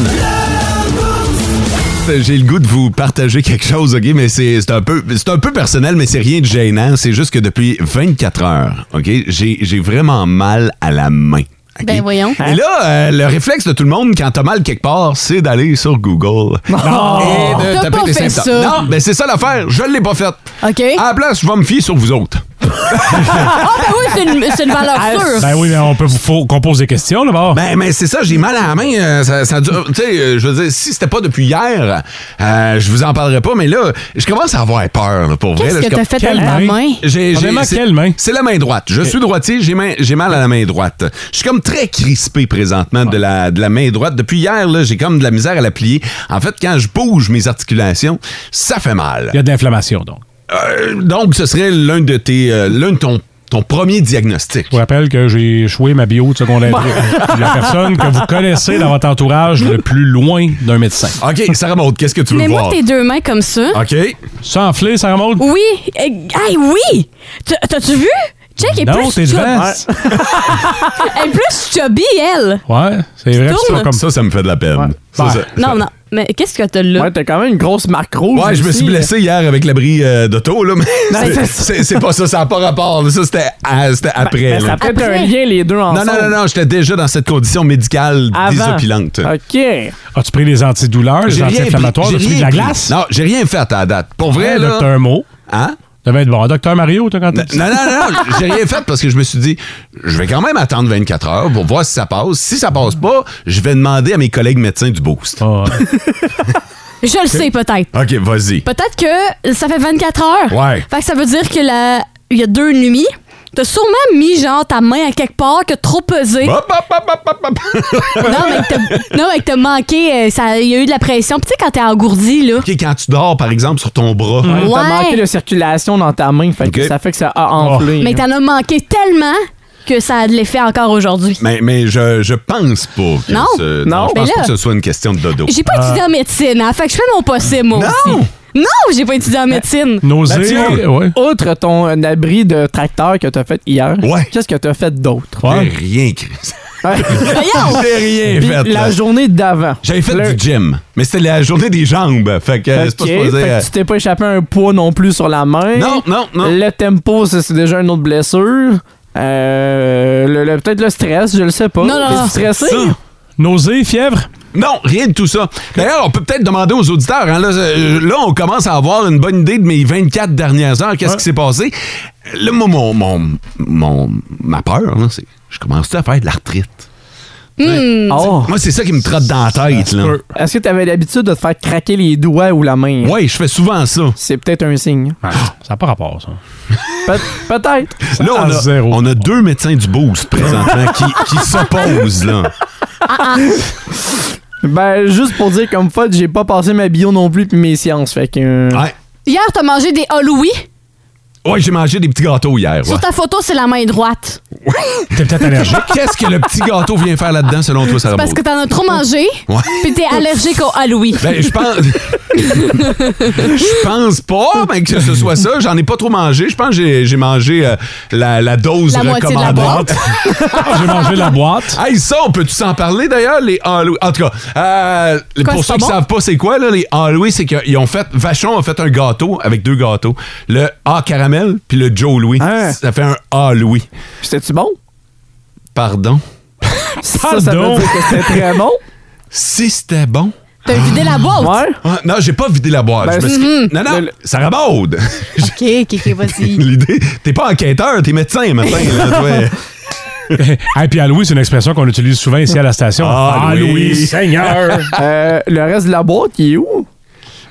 Speaker 3: J'ai le goût de vous partager quelque chose, OK? Mais c'est c'est un, peu- c'est un peu personnel, mais c'est rien de gênant. C'est juste que depuis 24 heures, OK? J'ai j'ai vraiment mal à la main. OK?
Speaker 4: Ben voyons.
Speaker 3: Et là, euh, le réflexe de tout le monde quand t'as mal quelque part, c'est d'aller sur Google et de
Speaker 4: T'as
Speaker 3: taper
Speaker 4: pas
Speaker 3: des
Speaker 4: fait
Speaker 3: symptômes.
Speaker 4: ça.
Speaker 3: Non, ben c'est ça l'affaire. Je l'ai pas faite.
Speaker 4: OK.
Speaker 3: À la place, je vais me fier sur vous autres.
Speaker 4: Ah, ben oui, c'est une, c'est une valeur
Speaker 3: Ah,
Speaker 4: sûre.
Speaker 5: Ben oui, mais on peut faut qu'on pose des questions d'abord.
Speaker 3: Ben, mais c'est ça, j'ai mal à la main. euh, ça, ça dure. Tu sais, euh, je veux dire, si c'était pas depuis hier, euh, je vous en parlerai pas, mais là, je commence à avoir peur, là, pour vrai.
Speaker 4: Qu'est-ce
Speaker 3: là,
Speaker 4: que
Speaker 3: je
Speaker 4: t'as
Speaker 3: comme-
Speaker 4: fait avec ta main?
Speaker 3: J'ai, j'ai,
Speaker 5: Honnêtement,
Speaker 3: c'est-
Speaker 5: quelle main?
Speaker 3: C'est la main droite. Je suis droitier, j'ai, main- j'ai mal à la main droite. Je suis comme très crispé présentement de, la, de la main droite. Depuis hier, là, j'ai comme de la misère à la plier. En fait, quand je bouge mes articulations, ça fait mal.
Speaker 5: Il y a de l'inflammation, donc.
Speaker 3: Euh, donc, ce serait l'un de tes. euh, l'un de ton, ton premier diagnostic.
Speaker 5: Je vous rappelle que j'ai échoué ma bio de secondaire. trois. la personne que vous connaissez dans votre entourage le plus loin d'un médecin.
Speaker 3: OK, Sarah Maud, qu'est-ce que tu veux
Speaker 4: Mais moi,
Speaker 3: voir?
Speaker 4: tes deux mains comme ça.
Speaker 3: OK.
Speaker 5: S'enfler, Sarah Maud?
Speaker 4: Oui. Eh, Hey, oui! Tu- T'as-tu vu? Check, est
Speaker 5: Non,
Speaker 4: plus
Speaker 5: t'es
Speaker 4: chub-
Speaker 5: devant.
Speaker 4: Elle est plus chubby, elle.
Speaker 5: Ouais, c'est vrai.
Speaker 4: tournes?
Speaker 5: que c'est pas comme
Speaker 3: Ça, ça me fait de la peine. Ça, ça-
Speaker 4: Non, non. Mais qu'est-ce que t'as là?
Speaker 6: Ouais, t'as quand même une grosse marque rouge.
Speaker 3: Ouais, je me
Speaker 6: aussi,
Speaker 3: suis
Speaker 6: là.
Speaker 3: blessé hier avec l'abri euh, d'auto, là, mais
Speaker 6: euh, Non,
Speaker 3: c'est-
Speaker 6: c'est ça.
Speaker 3: c'est c'est pas ça, ça n'a pas rapport. là. Ça, c'était à- c'était après.
Speaker 6: Ben, ça
Speaker 3: là.
Speaker 6: a peut-être
Speaker 4: Après.
Speaker 6: un lien, les deux
Speaker 3: Non,
Speaker 6: ensemble.
Speaker 3: non, non, non, j'étais déjà dans cette condition médicale
Speaker 6: Avant.
Speaker 3: désopilante.
Speaker 6: OK.
Speaker 5: As-tu pris les antidouleurs, les
Speaker 3: J'ai rien
Speaker 5: anti-inflammatoires,
Speaker 3: pris,
Speaker 5: as-tu
Speaker 3: j'ai
Speaker 5: pris de la
Speaker 3: rien
Speaker 5: glace?
Speaker 3: pris. Non, j'ai rien fait à la date. Pour vrai, là.
Speaker 5: docteur Mo.
Speaker 3: Hein?
Speaker 5: Devait être bon. Docteur Mario, t'as quand t'as
Speaker 3: Non,
Speaker 5: dit
Speaker 3: non,
Speaker 5: ça?
Speaker 3: non, non, j'ai rien fait parce que je me suis dit, je vais quand même attendre 24 heures pour voir si ça passe. Si ça passe pas, je vais demander à mes collègues médecins du Boost.
Speaker 5: Ah, ouais.
Speaker 4: Je le sais, peut-être.
Speaker 3: OK, vas-y.
Speaker 4: Peut-être que ça fait 24 heures.
Speaker 3: Ouais.
Speaker 4: Fait que ça veut dire que la... il y a deux nuits, t'as sûrement mis genre ta main à quelque part que trop pesé.
Speaker 3: Hop, hop, hop, hop, hop, hop.
Speaker 4: Non, mais que t'as- non, mais que t'as manqué, euh, ça- il y a eu de la pression. Puis tu sais, quand t'es engourdi, là.
Speaker 3: OK, quand tu dors, par exemple, sur ton bras.
Speaker 6: Ouais, T'as
Speaker 4: Ouais.
Speaker 6: manqué de circulation dans ta main, fait que
Speaker 3: Ok.
Speaker 6: ça fait que ça a enflé.
Speaker 4: Mais t'en as manqué tellement que ça a de l'effet encore aujourd'hui.
Speaker 3: Mais, mais je, je pense pas que
Speaker 4: Non.
Speaker 3: ce,
Speaker 6: Non.
Speaker 3: je
Speaker 4: Mais
Speaker 3: pense
Speaker 4: là-
Speaker 3: pas que ce soit une question de dodo.
Speaker 4: J'ai
Speaker 5: Euh,
Speaker 4: pas étudié en médecine, hein, fait que je fais mon possible, moi
Speaker 3: Non!
Speaker 4: aussi. Non, j'ai pas étudié en médecine.
Speaker 5: Ben, Nausée, euh,
Speaker 3: Mathieu.
Speaker 5: ouais.
Speaker 6: Outre ton euh, abri de tracteur que t'as fait hier,
Speaker 3: Ouais.
Speaker 6: qu'est-ce que t'as fait d'autre?
Speaker 3: J'ai
Speaker 5: Ouais.
Speaker 3: Euh, rien, Chris.
Speaker 4: Voyons!
Speaker 3: J'ai rien
Speaker 6: Puis
Speaker 3: fait. là.
Speaker 6: la journée d'avant.
Speaker 3: J'avais fait
Speaker 6: Le-
Speaker 3: du gym, mais c'était la journée des jambes. Fait que euh, c'est pas
Speaker 6: Ok,
Speaker 3: supposé.
Speaker 6: fait
Speaker 3: euh,
Speaker 6: que tu t'es pas échappé un poids non plus sur la main.
Speaker 3: Non, non, non.
Speaker 6: Le tempo, ça, c'est déjà une autre blessure. Euh, le- le- Peut-être le stress, je le sais pas.
Speaker 4: Non, non,
Speaker 6: T'es-tu
Speaker 4: non.
Speaker 6: stressé?
Speaker 5: Nausée, fièvre?
Speaker 3: Non, rien de tout ça. D'ailleurs, on peut peut-être demander aux auditeurs. hein, là, euh, là, on commence à avoir une bonne idée de mes 24 dernières heures. Qu'est-ce qui s'est passé? Là, moi, mon, mon, mon- ma peur, là, c'est je commence à faire de l'arthrite.
Speaker 4: Hmm.
Speaker 6: Oh.
Speaker 3: Moi, c'est ça qui me trotte dans la tête. Là.
Speaker 6: Est-ce que t'avais l'habitude de te faire craquer les doigts ou la main?
Speaker 3: Ouais, je fais souvent ça.
Speaker 6: C'est peut-être un signe.
Speaker 5: Ah, Ça n'a pas rapport, ça.
Speaker 6: Pe- peut-être.
Speaker 3: Là, on
Speaker 5: À
Speaker 3: a,
Speaker 5: zéro.
Speaker 3: on a deux médecins du boost présentement qui, qui s'opposent. là.
Speaker 6: Ah, Ben, juste pour dire comme fun, j'ai pas passé ma bio non plus puis mes sciences. Fait que. euh,
Speaker 3: Ouais.
Speaker 4: Hier, t'as mangé des Halloween?
Speaker 3: Ouais, j'ai mangé des petits gâteaux hier. ouais.
Speaker 4: Sur ta photo, c'est la main droite.
Speaker 5: T'es peut-être allergique.
Speaker 3: Qu'est-ce que le petit gâteau vient faire là-dedans, selon toi, Sarah
Speaker 4: Parce que t'en as trop mangé,
Speaker 3: Ouais.
Speaker 4: puis t'es allergique au à Louis.
Speaker 3: Ben, je pense. Je pense pas, mais que ce soit ça. J'en ai pas trop mangé. Je pense que j'ai- j'ai mangé euh, la, la dose
Speaker 4: La moitié de la
Speaker 3: recommandée.
Speaker 4: boîte.
Speaker 3: j'ai mangé la boîte. Hey, ça, on peut-tu s'en parler d'ailleurs, les Halloween? En tout cas, euh,
Speaker 4: Quoi,
Speaker 3: pour
Speaker 4: c'est
Speaker 3: ceux
Speaker 4: pas
Speaker 3: qui
Speaker 4: bon?
Speaker 3: savent pas c'est quoi, là, les Halloween, c'est qu'ils ont fait. Vachon a fait un gâteau avec deux gâteaux. Le A caramel puis le Joe Louis. Ça fait un Halloween.
Speaker 6: Ah. C'était-tu bon?
Speaker 3: Pardon?
Speaker 6: Ça, ça veut dire que c'était très bon.
Speaker 3: Si c'était bon.
Speaker 4: T'as vidé la boîte.
Speaker 6: Ouais.
Speaker 3: Ah, Non, j'ai pas vidé la boîte.
Speaker 4: Ben,
Speaker 3: Je me suis-
Speaker 4: mhm.
Speaker 3: Non, non, ça rabaude.
Speaker 4: OK, OK, OK, vas-y.
Speaker 3: L'idée, t'es pas enquêteur, t'es médecin matin, là, toi.
Speaker 5: Et puis Louis, c'est une expression qu'on utilise souvent ici à la station.
Speaker 3: Ah,
Speaker 5: Ah, Louis,
Speaker 3: Louis.
Speaker 5: Seigneur!
Speaker 6: Euh, le reste de la boîte, il est où?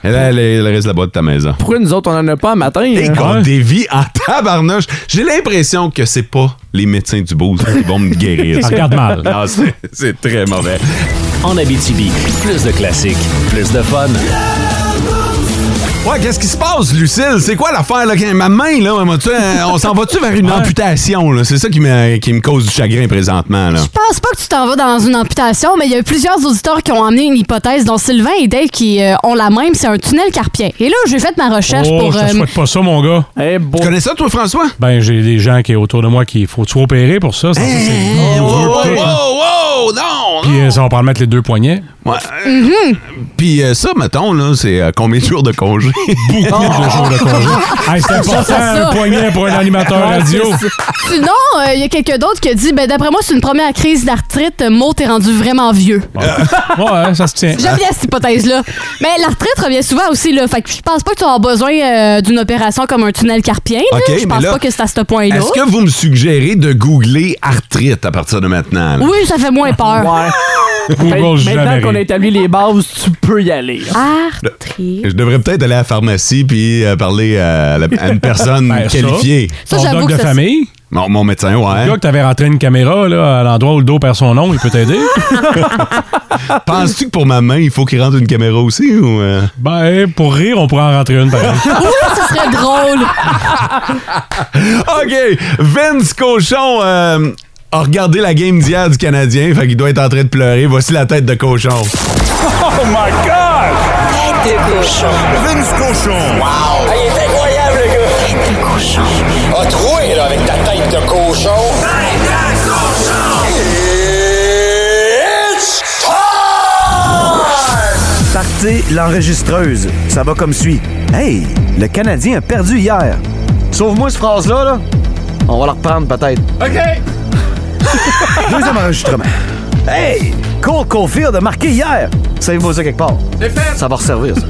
Speaker 3: Et là, le, le reste de la boîte de ta maison.
Speaker 6: Pourquoi nous autres, on en a pas un matin?
Speaker 3: Et
Speaker 6: hein?
Speaker 3: qu'on dévie en tabarnouche. J'ai l'impression que c'est pas les médecins du beau qui vont me guérir.
Speaker 2: Ça regarde mal.
Speaker 3: Non, c'est- c'est très mauvais.
Speaker 2: En Abitibi, plus de classiques, plus de fun.
Speaker 3: Ouais, qu'est-ce qui se passe, Lucille? C'est quoi l'affaire, là? Ma main, là, moi, tu sais, on s'en va-tu vers une amputation, là? C'est ça qui me, qui me cause du chagrin présentement, là.
Speaker 4: Je pense pas que tu t'en vas dans une amputation, mais il y a eu plusieurs auditeurs qui ont amené une hypothèse, dont Sylvain et Dave qui euh, ont la même, c'est un tunnel carpien. Et là, j'ai fait ma recherche
Speaker 5: oh,
Speaker 4: pour...
Speaker 5: je te
Speaker 4: euh,
Speaker 5: souhaite pas ça, mon gars.
Speaker 2: Eh,
Speaker 3: Tu connais ça, toi, François?
Speaker 5: Ben, j'ai des gens qui autour de moi qui faut-tu opérer pour ça? Sans ça, c'est-
Speaker 3: Oh,
Speaker 5: on veut
Speaker 3: oh,
Speaker 5: pas,
Speaker 3: oh,
Speaker 5: hein.
Speaker 3: oh, oh, non!
Speaker 5: Puis euh, ça, on parle mettre les deux poignets.
Speaker 3: Ouais.
Speaker 5: Mhm.
Speaker 3: Puis euh, ça, mettons, là, c'est euh, combien de jours de congé? Ah.
Speaker 5: Beaucoup de jours de congé. Hey, c'est
Speaker 4: Ça, ça,
Speaker 5: important,
Speaker 4: ça.
Speaker 5: un poignet pour un animateur
Speaker 3: Ouais,
Speaker 5: radio.
Speaker 3: c'est
Speaker 4: Sinon, euh, il y a quelqu'un d'autre qui a dit, ben d'après moi, c'est une première crise d'arthrite. euh, Mo, t'es rendu vraiment vieux.
Speaker 5: Euh, Ouais, hein, ça se
Speaker 3: Eh,
Speaker 5: tient.
Speaker 3: ah.
Speaker 4: J'aime bien cette hypothèse-là. Mais l'arthrite revient souvent aussi, là. Fait que je pense pas que tu auras besoin euh, d'une opération comme un tunnel carpien. là.
Speaker 3: Ok,
Speaker 4: je
Speaker 3: mais
Speaker 4: pense
Speaker 3: là,
Speaker 4: pas que c'est à ce point-là.
Speaker 3: Est-ce que vous me suggérez de googler arthrite à partir de maintenant? là?
Speaker 4: Oui, ça fait moins peur.
Speaker 6: Ouais. Fait- Maintenant qu'on a établi les bases, tu peux y aller.
Speaker 3: Je devrais peut-être aller à la pharmacie puis euh, parler à, la- à une personne
Speaker 5: Ben, ça,
Speaker 3: qualifiée.
Speaker 5: Ça, Ton j'avoue doc que de ça, famille?
Speaker 3: Mon, mon médecin,
Speaker 5: Le gars
Speaker 3: ouais.
Speaker 5: que t'avais rentré une caméra là, à l'endroit où le dos perd son nom, il peut t'aider.
Speaker 3: Penses-tu que pour ma main, il faut qu'il rentre une caméra aussi? Ou euh?
Speaker 5: ben, pour rire, on pourrait en rentrer une pareil.
Speaker 4: Oui, ça serait drôle.
Speaker 3: OK! Vince Cochon euh, a regardé la game d'hier du Canadien, fait qu'il doit être en train de pleurer. Voici la tête de cochon.
Speaker 10: Oh my God! Tête de cochon. Vince cochon. Wow! Ah, il est incroyable, le gars. Tête de cochon. A troué, là, avec ta tête de cochon. Tête de cochon! It's
Speaker 16: Partez l'enregistreuse. Ça va comme suit. Hey, le Canadien a perdu hier. Sauve-moi cette phrase-là, là. On va la reprendre peut-être. OK. Deuxième enregistrement. Hey, Cole Caulfield a marqué hier. Savez-vous ça quelque part? Ça va resservir, ça.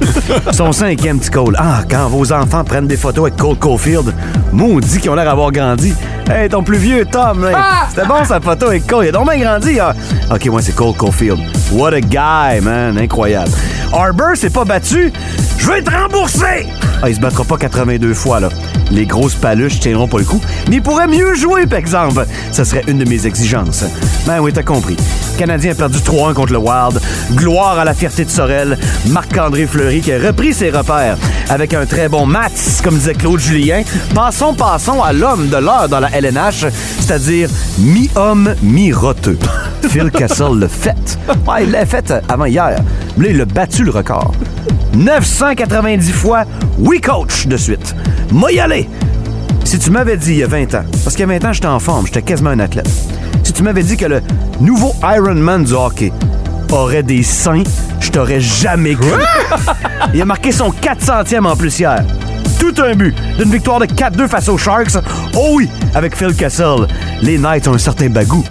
Speaker 16: Son cinquième petit Cole. Ah, quand vos enfants prennent des photos avec Cole Caulfield, maudit qu'ils ont l'air d'avoir grandi. Hey, ton plus vieux Tom, hey, c'était bon sa photo avec Cole. Il a donc bien grandi, hein? OK, moi, c'est Cole Caulfield. What a guy, man. Incroyable. Harbour s'est pas battu. Je vais te rembourser! Ah, il se battra pas 82 fois, là. Les grosses paluches tiendront pas le coup, mais il pourrait mieux jouer, par exemple. Ce serait une de mes exigences. Ben oui, t'as compris. Le Canadien a perdu 3-1 contre le Wild. Gloire à la fierté de Sorel. Marc-André Fleury qui a repris ses repères avec un très bon match, comme disait Claude Julien. Passons, passons à l'homme de l'heure dans la LNH, c'est-à-dire mi-homme, mi-roteux. Phil Castle le fait. Ouais, il l'a fait avant hier. Mais là, il a battu le record. 990 fois, oui coach de suite. Moi y aller. Si tu m'avais dit il y a 20 ans, parce qu'il y a 20 ans j'étais en forme, j'étais quasiment un athlète. Si tu m'avais dit que le nouveau Ironman du hockey aurait des seins, je t'aurais jamais cru. il a marqué son 400e en plus hier. Tout un but d'une victoire de 4-2 face aux Sharks. Oh oui, avec Phil Castle. Les Knights ont un certain bagou.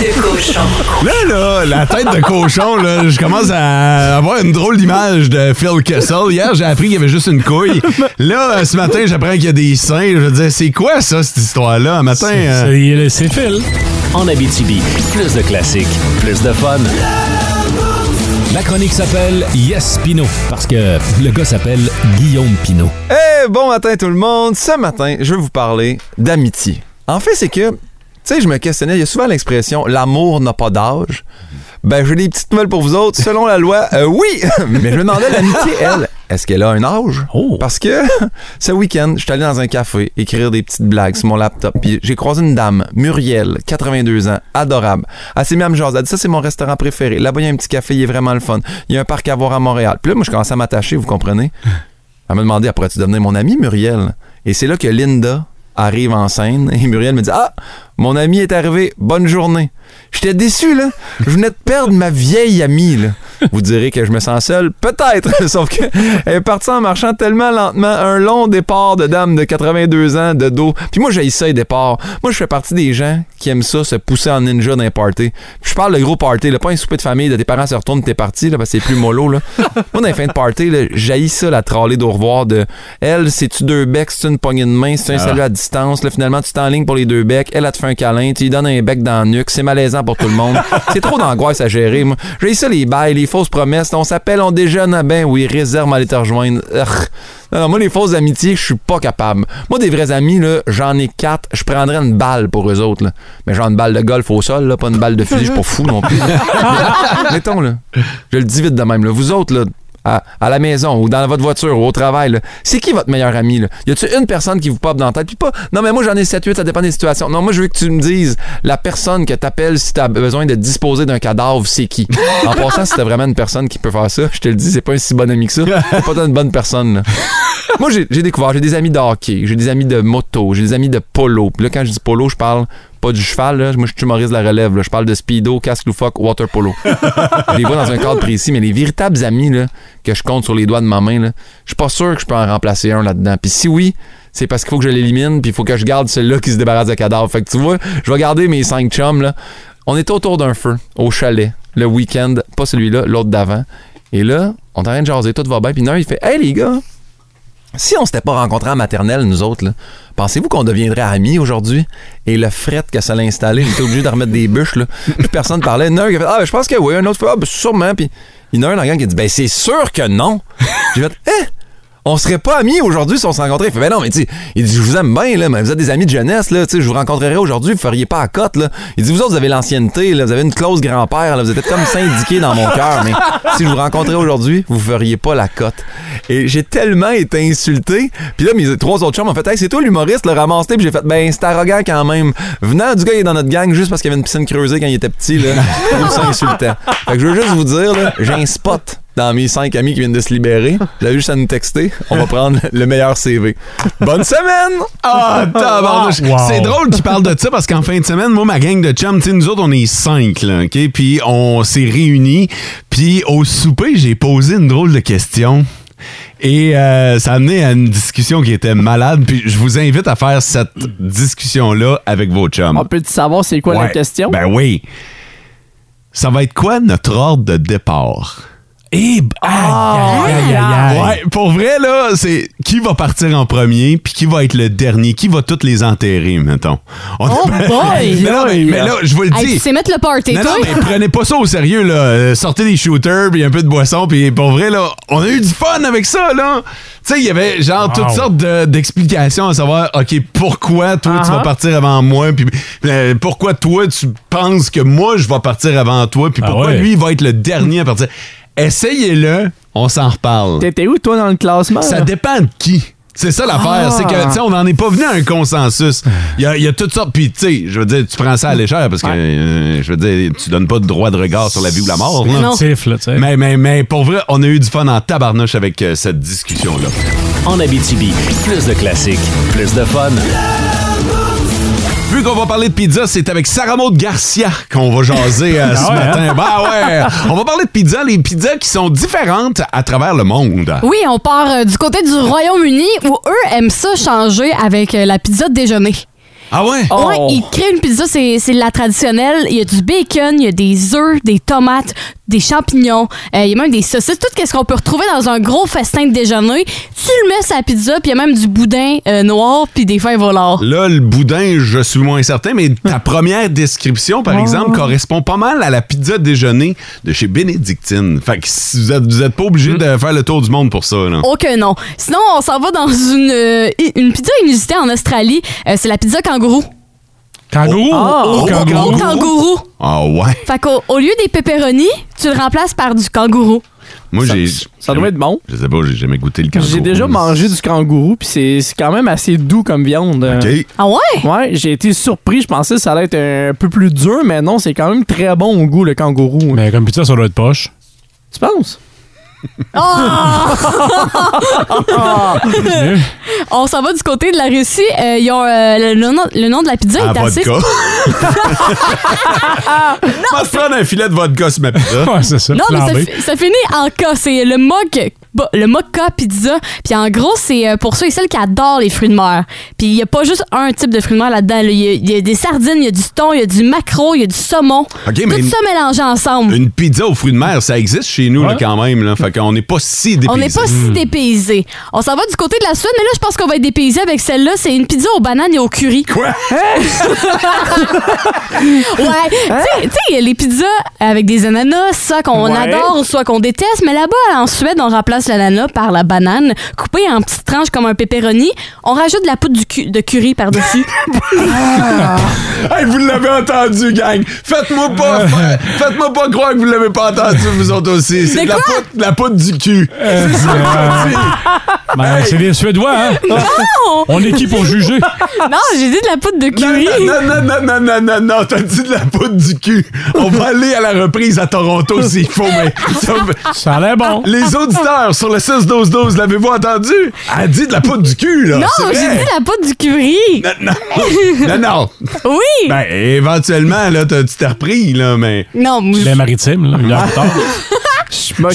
Speaker 11: Tête de cochon.
Speaker 3: Là, là, la tête de cochon, là, je commence à avoir une drôle d'image de Phil Kessel. Hier, j'ai appris qu'il y avait juste une couille. Là, euh, ce matin, j'apprends qu'il y a des seins. Je veux dire, c'est quoi ça, cette histoire-là? Un matin. euh,
Speaker 5: C'est Phil.
Speaker 2: En Abitibi, plus de classiques, plus de fun. La chronique s'appelle Yes Pino parce que le gars s'appelle Guillaume Pino.
Speaker 17: Hey, bon matin tout le monde. Ce matin, je vais vous parler d'amitié. En fait, c'est que, tu sais, je me questionnais, il y a souvent l'expression l'amour n'a pas d'âge. Ben, j'ai des petites nouvelles pour vous autres. Selon la loi, euh, oui! Mais je me demandais, l'amitié, elle, est-ce qu'elle a un âge? Parce que ce week-end, je suis allé dans un café écrire des petites blagues sur mon laptop. Puis j'ai croisé une dame, Muriel, 82 ans, adorable. Elle s'est mise à me jaser. Elle dit, ça, c'est mon restaurant préféré. Là-bas, il y a un petit café, il est vraiment le fun. Il y a un parc à voir à Montréal. Puis là, moi, je commençais à m'attacher, vous comprenez? Elle m'a demandé, Ah, pourrais-tu devenir mon amie, Muriel? Et c'est là que Linda arrive en scène et Muriel me dit Ah, mon ami est arrivé, bonne journée. J'étais déçu, là. Je venais de perdre ma vieille amie, là. Vous direz que je me sens seul? Peut-être, sauf qu'elle est partie en marchant tellement lentement. Un long départ de dame de 82 ans de dos. Puis moi, j'ai ça, les départs. Moi, je fais partie des gens qui aiment ça, se pousser en ninja d'un party. Puis je parle de gros party, là, pas un souper de famille, de tes parents se retournent, t'es parti, là, parce que c'est plus mollo, là. Moi, dans les fins de party, là, j'haïs ça, la trollée d'au revoir de elle, c'est-tu deux becs, c'est une poignée de main, c'est un
Speaker 18: Ah.
Speaker 17: salut à distance, là, finalement, tu t'es en ligne pour les deux becs, elle, a te fait un câlin, tu lui donnes un bec dans le nuque, c'est malaisant pour tout le monde. c'est trop d'angoisse à gérer, moi. J'ai ça, les bails, les fausses promesses, on s'appelle, on déjeune, ah ben oui, réserve à aller te rejoindre. Urgh. Non, non, moi, les fausses amitiés, je suis pas capable. Moi, des vrais amis, là, j'en ai quatre. Je prendrais une balle pour eux autres, là. Mais genre une balle de golf au sol, là, pas une balle de fusil, je suis pas fou non plus. Mettons, là. Je le dis vite de même, là. Vous autres, là, à, à la maison ou dans votre voiture ou au travail, là, c'est qui votre meilleur ami, là? Y a-tu une personne qui vous pop dans la tête? Puis pas, non, mais moi, j'en ai 7-8, ça dépend des situations. Non, moi, je veux que tu me dises la personne que t'appelles si t'as besoin de disposer d'un cadavre, c'est qui? En passant, si t'as vraiment une personne qui peut faire ça, je te le dis, c'est pas un si bon ami que ça. C'est pas tant une bonne personne, là. Moi, j'ai j'ai découvert, j'ai des amis de hockey, j'ai des amis de moto, j'ai des amis de polo. Puis là, quand je dis polo, je parle pas du cheval, là. moi je suis humoriste de la relève, là. je parle de speedo, casque loufoque, water polo. je les vois dans un cadre précis, mais les véritables amis là, que je compte sur les doigts de ma main, là, je suis pas sûr que je peux en remplacer un là-dedans. Puis si oui, c'est parce qu'il faut que je l'élimine, puis il faut que je garde celui-là qui se débarrasse de cadavre. Fait que tu vois, je vais garder mes cinq chums. Là. On était autour d'un feu, au chalet, le week-end, pas celui-là, l'autre d'avant. Et là, on est en train de jaser, tout va bien, puis un, il fait « Hey les gars! » Si on s'était pas rencontrés en maternelle, nous autres, là, pensez-vous qu'on deviendrait amis aujourd'hui? Et le fret que ça l'a installé, j'étais obligé de remettre des bûches, là. Plus personne parlait. Il y en a un qui a fait Ah, ben, je pense que oui. Un autre fait Ah, ben, sûrement. Puis il y en a un dans la gang qui a dit Ben, c'est sûr que non. J'ai fait Eh, on serait pas amis aujourd'hui si on se rencontrait. Il fait Ben non, mais tu sais, il dit Je vous aime bien, là, mais vous êtes des amis de jeunesse, là. Tu sais, je vous rencontrerais aujourd'hui, vous feriez pas à cote, là. Il dit Vous autres, vous avez l'ancienneté, là. Vous avez une clause grand-père, là. Vous êtes comme syndiqué dans mon cœur, mais si je vous rencontrais aujourd'hui, vous feriez pas la cote. Et j'ai tellement été insulté. Puis là, mes trois autres chums m'ont fait Hey, c'est toi l'humoriste, le ramasse Puis j'ai fait Ben, c'est arrogant quand même. Venant du gars, il est dans notre gang juste parce qu'il y avait une piscine creusée quand il était petit, là. Je trouve ça insultant. Fait que je veux juste vous dire, là, j'ai un spot dans mes cinq amis qui viennent de se libérer. Vous avez juste à nous texter. On va prendre le meilleur CV. Bonne semaine!
Speaker 3: Ah, tabarnouche.
Speaker 17: Wow.
Speaker 3: C'est drôle qu'il parle de ça parce qu'en fin de semaine, moi, ma gang de chums, tu sais, nous autres, on est cinq, là, OK? Puis on s'est réunis. Puis au souper, j'ai posé une drôle de question. Et euh, ça a amené à une discussion qui était malade. Puis je vous invite à faire cette discussion-là avec vos chums. On
Speaker 6: peut savoir c'est quoi la question?
Speaker 3: Ben oui. Ça va être quoi notre ordre de départ?
Speaker 5: Et
Speaker 3: Eh, Ah! Ouais, pour vrai, là, c'est qui va partir en premier, puis qui va être le dernier, qui va toutes les enterrer, mettons. On-
Speaker 4: Oh boy!
Speaker 3: mais, là, mais, mais là, je vous le
Speaker 4: Hey, tu
Speaker 3: dis.
Speaker 4: sais mettre le party,
Speaker 3: Non,
Speaker 4: toi?
Speaker 3: non, mais prenez pas ça au sérieux, là. Euh, Sortez des shooters, puis un peu de boisson, puis pour vrai, là, on a eu du fun avec ça, là. Tu sais, il y avait genre
Speaker 5: Wow.
Speaker 3: toutes sortes de- d'explications à savoir, OK, pourquoi toi, tu
Speaker 5: Uh-huh.
Speaker 3: vas partir avant moi, puis euh, pourquoi toi, tu penses que moi, je vais partir avant toi, puis
Speaker 5: Ah
Speaker 3: pourquoi
Speaker 5: ouais.
Speaker 3: lui, il va être le dernier à partir. Essayez-le, on s'en reparle.
Speaker 6: T'étais où, toi, dans le classement?
Speaker 3: Ça
Speaker 6: là?
Speaker 3: dépend de qui. C'est ça l'affaire,
Speaker 6: Ah.
Speaker 3: c'est que, tu sais, on n'en est pas venu à un consensus. Il y a, il y a toutes sortes, puis, tu sais, je veux dire, tu prends ça à l'échelle parce que, euh, je veux dire, tu donnes pas de droit de regard sur la vie ou la mort.
Speaker 5: C'est
Speaker 3: là.
Speaker 5: relatif, là, tu sais.
Speaker 3: Mais, mais, mais pour vrai, on a eu du fun en tabarnouche avec euh, cette discussion-là.
Speaker 2: En Abitibi, plus de classiques, plus de fun.
Speaker 3: Vu qu'on va parler de pizza, c'est avec Sarah Maud Garcia qu'on va jaser euh, ce
Speaker 5: Ah ouais,
Speaker 3: matin.
Speaker 5: hein?
Speaker 3: Bah ouais, on va parler de pizza, les pizzas qui sont différentes à travers le monde.
Speaker 4: Oui, on part euh, du côté du Royaume-Uni où eux aiment ça changer avec euh, la pizza de déjeuner.
Speaker 3: Ah ouais?
Speaker 4: Ouais, ils créent une pizza, c'est c'est la traditionnelle. Il y a du bacon, il y a des œufs, des tomates, des champignons, euh, il y a même des saucisses, tout ce qu'on peut retrouver dans un gros festin de déjeuner. Tu le mets sur la pizza, puis il y a même du boudin euh, noir, puis des fins volants.
Speaker 3: Là, le boudin, je suis moins certain, mais ta première description, par
Speaker 4: Oh.
Speaker 3: exemple, correspond pas mal à la pizza déjeuner de chez Bénédictine. Fait que si vous êtes, vous êtes pas obligé de faire le tour du monde pour ça. là.
Speaker 4: Aucun Oh non. Sinon, on s'en va dans une, euh, une pizza inusitée en Australie. Euh, c'est la pizza kangourou.
Speaker 5: Kangourou!
Speaker 4: Oh, kangourou. kangourou.
Speaker 3: Ah ouais.
Speaker 4: Fait qu'au au lieu des pepperonis, tu le remplaces par du kangourou.
Speaker 3: Moi, j'ai.
Speaker 6: Ça doit être bon.
Speaker 3: Je sais pas, j'ai jamais goûté le kangourou.
Speaker 6: J'ai déjà mangé du kangourou, puis c'est c'est quand même assez doux comme viande.
Speaker 3: OK.
Speaker 4: Ah ouais?
Speaker 6: Ouais, j'ai été surpris. Je pensais que ça allait être un peu plus dur, mais non, c'est quand même très bon au goût, le kangourou.
Speaker 5: Mais comme pizza, ça doit être poche.
Speaker 6: Tu penses?
Speaker 4: On s'en va du côté de la Russie. Euh, ils ont, euh, le, le nom, le nom de la pizza
Speaker 3: Ah,
Speaker 4: est assez.
Speaker 3: vodka. Je vais se prendre un filet de vodka sur ma pizza.
Speaker 5: ouais, c'est ça.
Speaker 4: Non, mais ça, fi- ça finit en K. C'est le mug, bo- le mocca pizza. Puis en gros, c'est euh, pour ceux et celles qui adorent les fruits de mer. Puis il n'y a pas juste un type de fruits de mer là-dedans. là. Il y, a- il y a des sardines, il y a du thon, il y a du maquereau, il y a du saumon.
Speaker 3: OK,
Speaker 4: Tout
Speaker 3: mais-
Speaker 4: ça mélangé ensemble.
Speaker 3: Une pizza aux fruits de mer, ça existe chez nous là, quand même. Là. Fait qu'on n'est pas si dépaysés.
Speaker 4: On n'est pas
Speaker 3: Hmm.
Speaker 4: si dépaysé. On s'en va du côté de la Suède, mais là, je pense qu'on va être dépaysé avec celle-là. C'est une pizza aux bananes et au curry.
Speaker 3: Quoi? Hein?
Speaker 4: ouais. Tu sais- Tu sais, il y a les pizzas avec des ananas, soit qu'on
Speaker 11: Ouais.
Speaker 4: adore, soit qu'on déteste, mais là-bas, en Suède, on remplace l'ananas par la banane, coupée en petites tranches comme un pepperoni. On rajoute de la poudre du cu- de curry par-dessus.
Speaker 3: Ah! Hey, vous l'avez entendu, gang! Faites-moi pas,
Speaker 5: Ah.
Speaker 3: fa- faites-moi pas croire que vous l'avez pas entendu, vous autres aussi. C'est
Speaker 4: De
Speaker 3: de la
Speaker 4: quoi?
Speaker 3: poudre, de la poudre du cul. Ah. C'est ça que t'as dit.
Speaker 5: Ben, c'est des Suédois, hein?
Speaker 4: Non!
Speaker 5: On est qui pour juger?
Speaker 4: non, j'ai dit de la poudre de curry.
Speaker 3: Non, non, non, non, non, non, non, t'as dit de la poudre du cul. On va aller à la reprise à Toronto s'il faut, mais. Ça,
Speaker 5: ça a l'air bon.
Speaker 3: Les auditeurs sur le 6-12-12, l'avez-vous entendu? Elle dit de la poudre du cul, là.
Speaker 4: Non,
Speaker 3: c'est
Speaker 4: j'ai
Speaker 3: vrai.
Speaker 4: dit la poudre du curry.
Speaker 3: Non, non, non.
Speaker 4: Oui.
Speaker 3: Ben, éventuellement, là, t'as- tu t'es repris, là, mais.
Speaker 4: Non, moi,
Speaker 5: Les maritimes, là, une heure plus tard.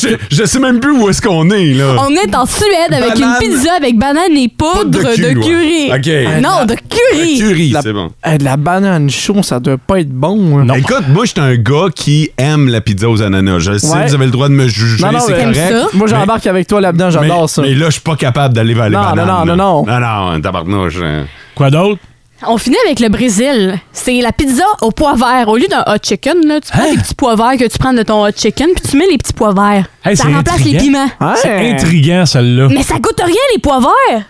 Speaker 3: Je, je sais même plus où est-ce qu'on est, là.
Speaker 4: on est en Suède avec
Speaker 3: Banane.
Speaker 4: une pizza avec banane et poudre
Speaker 3: Poudre de
Speaker 4: de,
Speaker 3: cul, ouais.
Speaker 4: curry.
Speaker 3: OK.
Speaker 4: Non, de curry.
Speaker 3: Curie,
Speaker 6: La-
Speaker 3: c'est bon.
Speaker 6: Eh, de la banane chaude, ça doit pas être bon. hein.
Speaker 3: Écoute, moi, je suis un gars qui aime la pizza aux ananas. Je sais,
Speaker 6: Ouais.
Speaker 3: vous avez le droit de me juger,
Speaker 6: Non, non,
Speaker 3: c'est
Speaker 6: mais-
Speaker 3: correct.
Speaker 6: Moi, j'embarque avec toi là-dedans,
Speaker 3: Mais,
Speaker 6: j'adore ça.
Speaker 3: mais là, je suis pas capable d'aller vers les
Speaker 6: Non, non,
Speaker 3: bananes.
Speaker 6: non,
Speaker 3: là.
Speaker 6: non,
Speaker 3: Non, non, tabarnouche. hein.
Speaker 5: Quoi d'autre?
Speaker 4: On finit avec le Brésil. C'est la pizza au pois vert. Au lieu d'un hot chicken, là, tu
Speaker 5: Hein?
Speaker 4: prends les petits pois verts que tu prends de ton hot chicken, puis tu mets les petits pois verts.
Speaker 5: Hey,
Speaker 4: ça
Speaker 5: c'est
Speaker 4: remplace les
Speaker 5: intriguant.
Speaker 4: piments.
Speaker 5: C'est intriguant, celle-là.
Speaker 4: Mais ça goûte rien, les pois verts.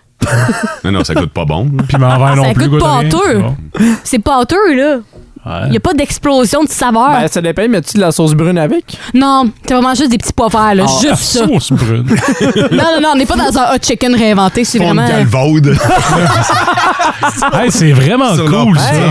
Speaker 3: Non, non, ça goûte pas bon.
Speaker 5: Puis m'en
Speaker 4: Ah,
Speaker 5: Ben non
Speaker 4: ça
Speaker 5: plus.
Speaker 4: goûte
Speaker 5: goûte rien.
Speaker 4: pâteux.
Speaker 5: Bon.
Speaker 4: C'est pâteux, là. Il n'y a pas d'explosion de saveur.
Speaker 6: Ben, ça dépend, mets-tu de la sauce brune avec?
Speaker 4: non, c'est vraiment juste des petits pois verts, là.
Speaker 6: Ah,
Speaker 4: juste ça.
Speaker 5: Sauce brune.
Speaker 4: Non, non, non, on n'est pas dans un hot chicken réinventé. C'est
Speaker 3: Fond de
Speaker 4: vraiment.
Speaker 3: galvaude.
Speaker 5: Hey, c'est vraiment
Speaker 3: Sur
Speaker 5: cool,
Speaker 3: leur
Speaker 5: ça.
Speaker 3: pizza.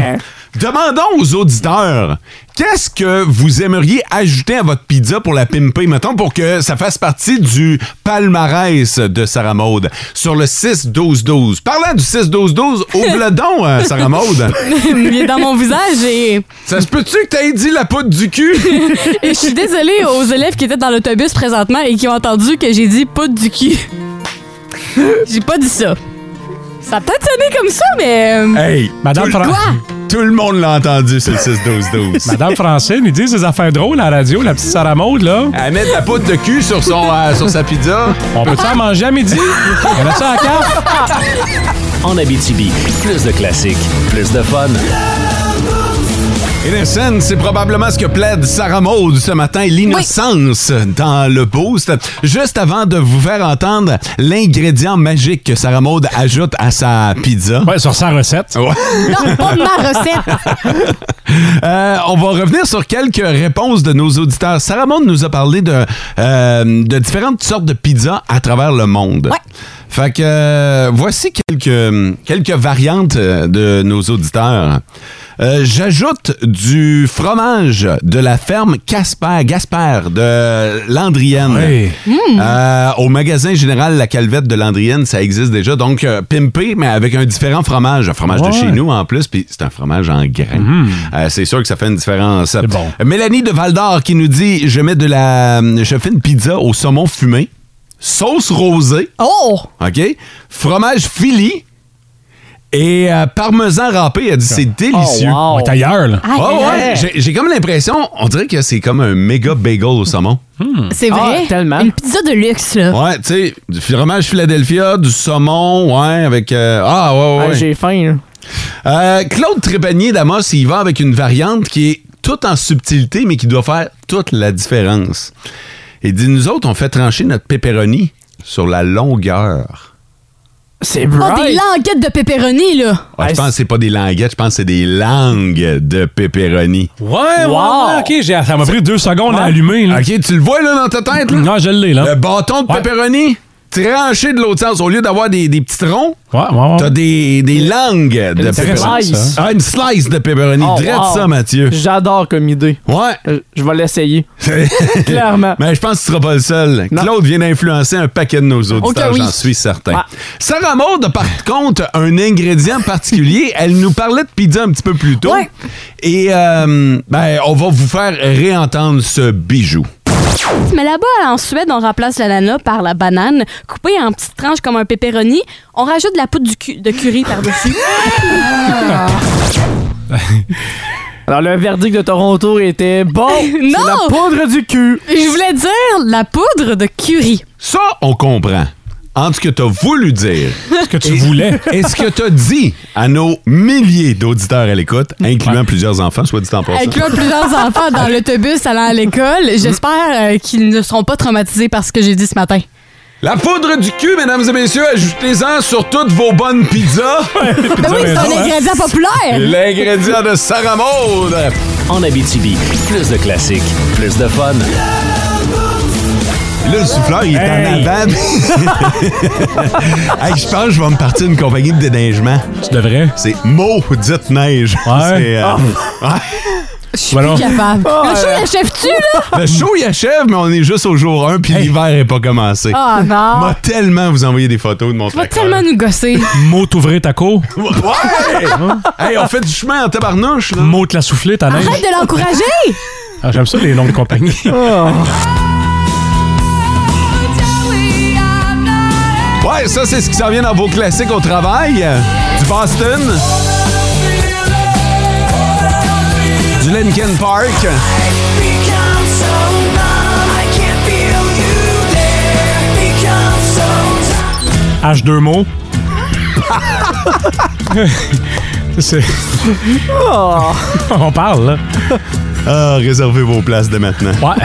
Speaker 3: Demandons aux auditeurs, qu'est-ce que vous aimeriez ajouter à votre pizza pour la pimper, mettons, pour que ça fasse partie du palmarès de Sarah Maude sur le 6-12-12. Parlant du 6-12-12, ouvre-le donc, hein, Sarah Maude.
Speaker 4: Il est dans mon visage et,
Speaker 3: Ça se peut-tu que t'aies dit la poudre du cul?
Speaker 4: et je suis désolée aux élèves qui étaient dans l'autobus présentement et qui ont entendu que j'ai dit poudre du cul. j'ai pas dit ça. Ça a peut-être sonné comme ça, mais. euh,
Speaker 3: Hey,
Speaker 5: Madame,
Speaker 3: tout,
Speaker 5: Fran-
Speaker 3: tout le monde l'a entendu sur le 6-12-12.
Speaker 5: Madame Francine, ils disent des affaires drôles à la radio, la petite Sarah Maud, là.
Speaker 3: Elle met de la poudre de cul sur, son, euh, sur sa pizza.
Speaker 5: On peut-tu en manger à midi? On a ça à carte?
Speaker 2: En Abitibi, plus de classiques, plus de fun.
Speaker 3: Innocent, c'est probablement ce que plaide Sarah Maud ce matin, l'innocence dans le boost. Juste avant de vous faire entendre l'ingrédient magique que Sarah Maud ajoute à sa pizza.
Speaker 5: Ouais, sur sa recette.
Speaker 3: Ouais.
Speaker 4: Non, pas ma recette.
Speaker 3: Euh, on va revenir sur quelques réponses de nos auditeurs. Sarah Maud nous a parlé de, euh, de différentes sortes de pizzas à travers le monde. Fait que euh, voici quelques, quelques variantes euh, de nos auditeurs. Euh, J'ajoute du fromage de la ferme Casper, Gasper de Landrienne.
Speaker 5: Oui.
Speaker 3: Euh, au magasin général La Calvette de Landrienne, ça existe déjà. Donc, euh, pimpé, mais avec un différent fromage. Un fromage
Speaker 5: Ouais. Mhm.
Speaker 3: de chez nous en plus, puis c'est un fromage en grain. Euh, c'est sûr que ça fait une différence.
Speaker 5: bon.
Speaker 3: Mélanie de Val-d'Or qui nous dit Je mets de la. Je fais une pizza au saumon fumé, sauce rosée,
Speaker 4: Oh!
Speaker 3: OK? Fromage fili et euh, parmesan râpé. Elle dit C'est délicieux.
Speaker 5: Oh, On est ailleurs, là.
Speaker 4: Aïe,
Speaker 3: Ouais,
Speaker 4: aïe,
Speaker 3: ouais.
Speaker 4: aïe.
Speaker 3: J'ai- J'ai comme l'impression, on dirait que c'est comme un méga bagel au saumon.
Speaker 4: C'est vrai.
Speaker 6: Ah, tellement.
Speaker 4: Une pizza de luxe, là.
Speaker 3: Ouais, tu sais, du fromage Philadelphia, du saumon, ouais, avec. euh, ah, ouais, ouais,
Speaker 6: Ah,
Speaker 3: ouais.
Speaker 6: J'ai faim. là.
Speaker 3: Euh, Claude Trépanier d'Amos, il va avec une variante qui est toute en subtilité, mais qui doit faire toute la différence. Il dit Nous autres, on fait trancher notre pepperoni sur la longueur.
Speaker 4: Oh,
Speaker 6: C'est
Speaker 4: des languettes de pepperoni, là.
Speaker 3: Ouais, Ah, je pense que c'est pas des languettes, je pense que c'est des langues de pepperoni.
Speaker 5: Ouais, ouais, ouais, ok, j'ai- ça m'a pris deux secondes à allumer. Là.
Speaker 3: Ok, tu le vois là dans ta tête? Là?
Speaker 5: Non, je l'ai là.
Speaker 3: Le bâton de pepperoni tranché de l'autre sens. Au lieu d'avoir des, des petits troncs, t'as des, des langues de
Speaker 6: Intéressant,
Speaker 3: pepperoni.
Speaker 6: ça.
Speaker 3: Ah, une slice de pepperoni.
Speaker 6: Oh,
Speaker 3: Drette
Speaker 6: wow.
Speaker 3: ça, Mathieu.
Speaker 6: J'adore comme idée.
Speaker 3: Ouais.
Speaker 6: Je, je vais l'essayer. Clairement.
Speaker 3: Mais je pense que tu seras pas le seul. Claude vient d'influencer un paquet de nos auditeurs,
Speaker 6: Ok, oui.
Speaker 3: j'en suis certain.
Speaker 6: Ah.
Speaker 3: Sarah Maud, par contre, un ingrédient particulier. Elle nous parlait de pizza un petit peu plus tôt. Et euh, ben, on va vous faire réentendre ce bijou.
Speaker 4: Mais là-bas, en Suède, on remplace l'ananas par la banane, coupée en petites tranches comme un pepperoni. On rajoute de la poudre du cu- de curry par-dessus.
Speaker 6: Alors, le verdict de Toronto était bon. Oh, c'est
Speaker 4: Non!
Speaker 6: La poudre du cul.
Speaker 4: Je voulais dire la poudre de curry.
Speaker 3: Ça, on comprend. Entre ce que tu as voulu dire. Ce que tu
Speaker 5: voulais.
Speaker 3: Et ce que tu as dit à nos milliers d'auditeurs à l'écoute, incluant plusieurs enfants, soit dit en passant.
Speaker 4: Inclure plusieurs enfants dans l'autobus allant à
Speaker 6: Mm-hmm.
Speaker 4: l'école. J'espère euh, qu'ils ne seront pas traumatisés par ce que j'ai dit ce matin.
Speaker 3: La poudre du cul, mesdames et messieurs, ajoutez-en sur toutes vos bonnes pizzas.
Speaker 4: Ben oui, c'est un
Speaker 6: hein?
Speaker 4: ingrédient populaire.
Speaker 3: L'ingrédient de Sarah Maud.
Speaker 2: En Abitibi, plus de classiques, plus de fun.
Speaker 5: hein.
Speaker 3: Là, le souffleur, il est
Speaker 2: Hey.
Speaker 3: en avant. hey, je pense que je vais me partir d'une compagnie de déneigement.
Speaker 5: Tu devrais. Ah.
Speaker 3: C'est maudite neige. C'est, euh,
Speaker 4: Je suis plus capable.
Speaker 6: Ah,
Speaker 4: Le show l'achève-tu, là?
Speaker 3: Le show, il achève, mais on est juste au jour 1, puis l'hiver n'est pas commencé.
Speaker 4: Ah, non.
Speaker 3: M'a tellement vous envoyé des photos de mon
Speaker 4: Tu vas
Speaker 3: tracteur.
Speaker 4: tellement nous gosser.
Speaker 5: Mot t'ouvrir ta cour.
Speaker 3: Ouais! hey, on fait du chemin en tabarnouche, là.
Speaker 5: Mot te la souffler, ta neige.
Speaker 4: Arrête de l'encourager! Oh.
Speaker 5: Ah, J'aime ça les noms de compagnie.
Speaker 3: Ouais, ça, c'est ce qui s'en vient dans vos classiques au travail. Euh, Du Boston. Du Linkin Park.
Speaker 5: H2 mots. C'est.
Speaker 4: Oh.
Speaker 5: On parle, là.
Speaker 3: Ah, réservez vos places dès maintenant.
Speaker 5: Ouais.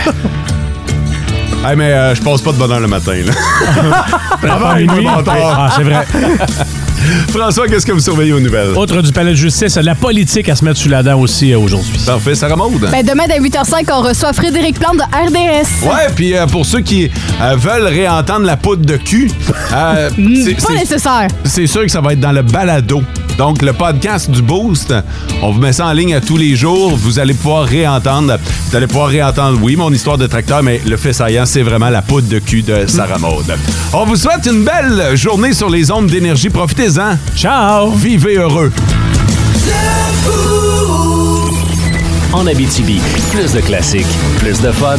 Speaker 3: Hey, mais euh, je passe pas de bonheur le matin, là. Avant
Speaker 5: une
Speaker 3: minuit,
Speaker 5: nuit.
Speaker 3: mon tort.
Speaker 5: Ah, c'est vrai.
Speaker 3: François, qu'est-ce que vous surveillez aux nouvelles?
Speaker 5: Autre du palais de justice, la politique à se mettre sous la dent aussi euh, aujourd'hui.
Speaker 3: Parfait, Sarah Maud.
Speaker 4: Ben, demain, dès 8h05, on reçoit Frédéric Plante de RDS.
Speaker 3: Ouais, puis euh, pour ceux qui euh, veulent réentendre la poudre de cul, euh, c'est-
Speaker 4: Mm, Pas
Speaker 3: c'est-
Speaker 4: nécessaire.
Speaker 3: c'est sûr que ça va être dans le balado. Donc, le podcast du Boost, on vous met ça en ligne à tous les jours. Vous allez pouvoir réentendre. Vous allez pouvoir réentendre, oui, mon histoire de tracteur, mais le fait saillant, c'est vraiment la poudre de cul de
Speaker 4: Mm.
Speaker 3: Sarah Maud. On vous souhaite une belle journée sur les ondes d'énergie. Profitez-en.
Speaker 5: Ciao.
Speaker 3: Vivez heureux.
Speaker 2: En Abitibi, plus de classiques, plus de fun.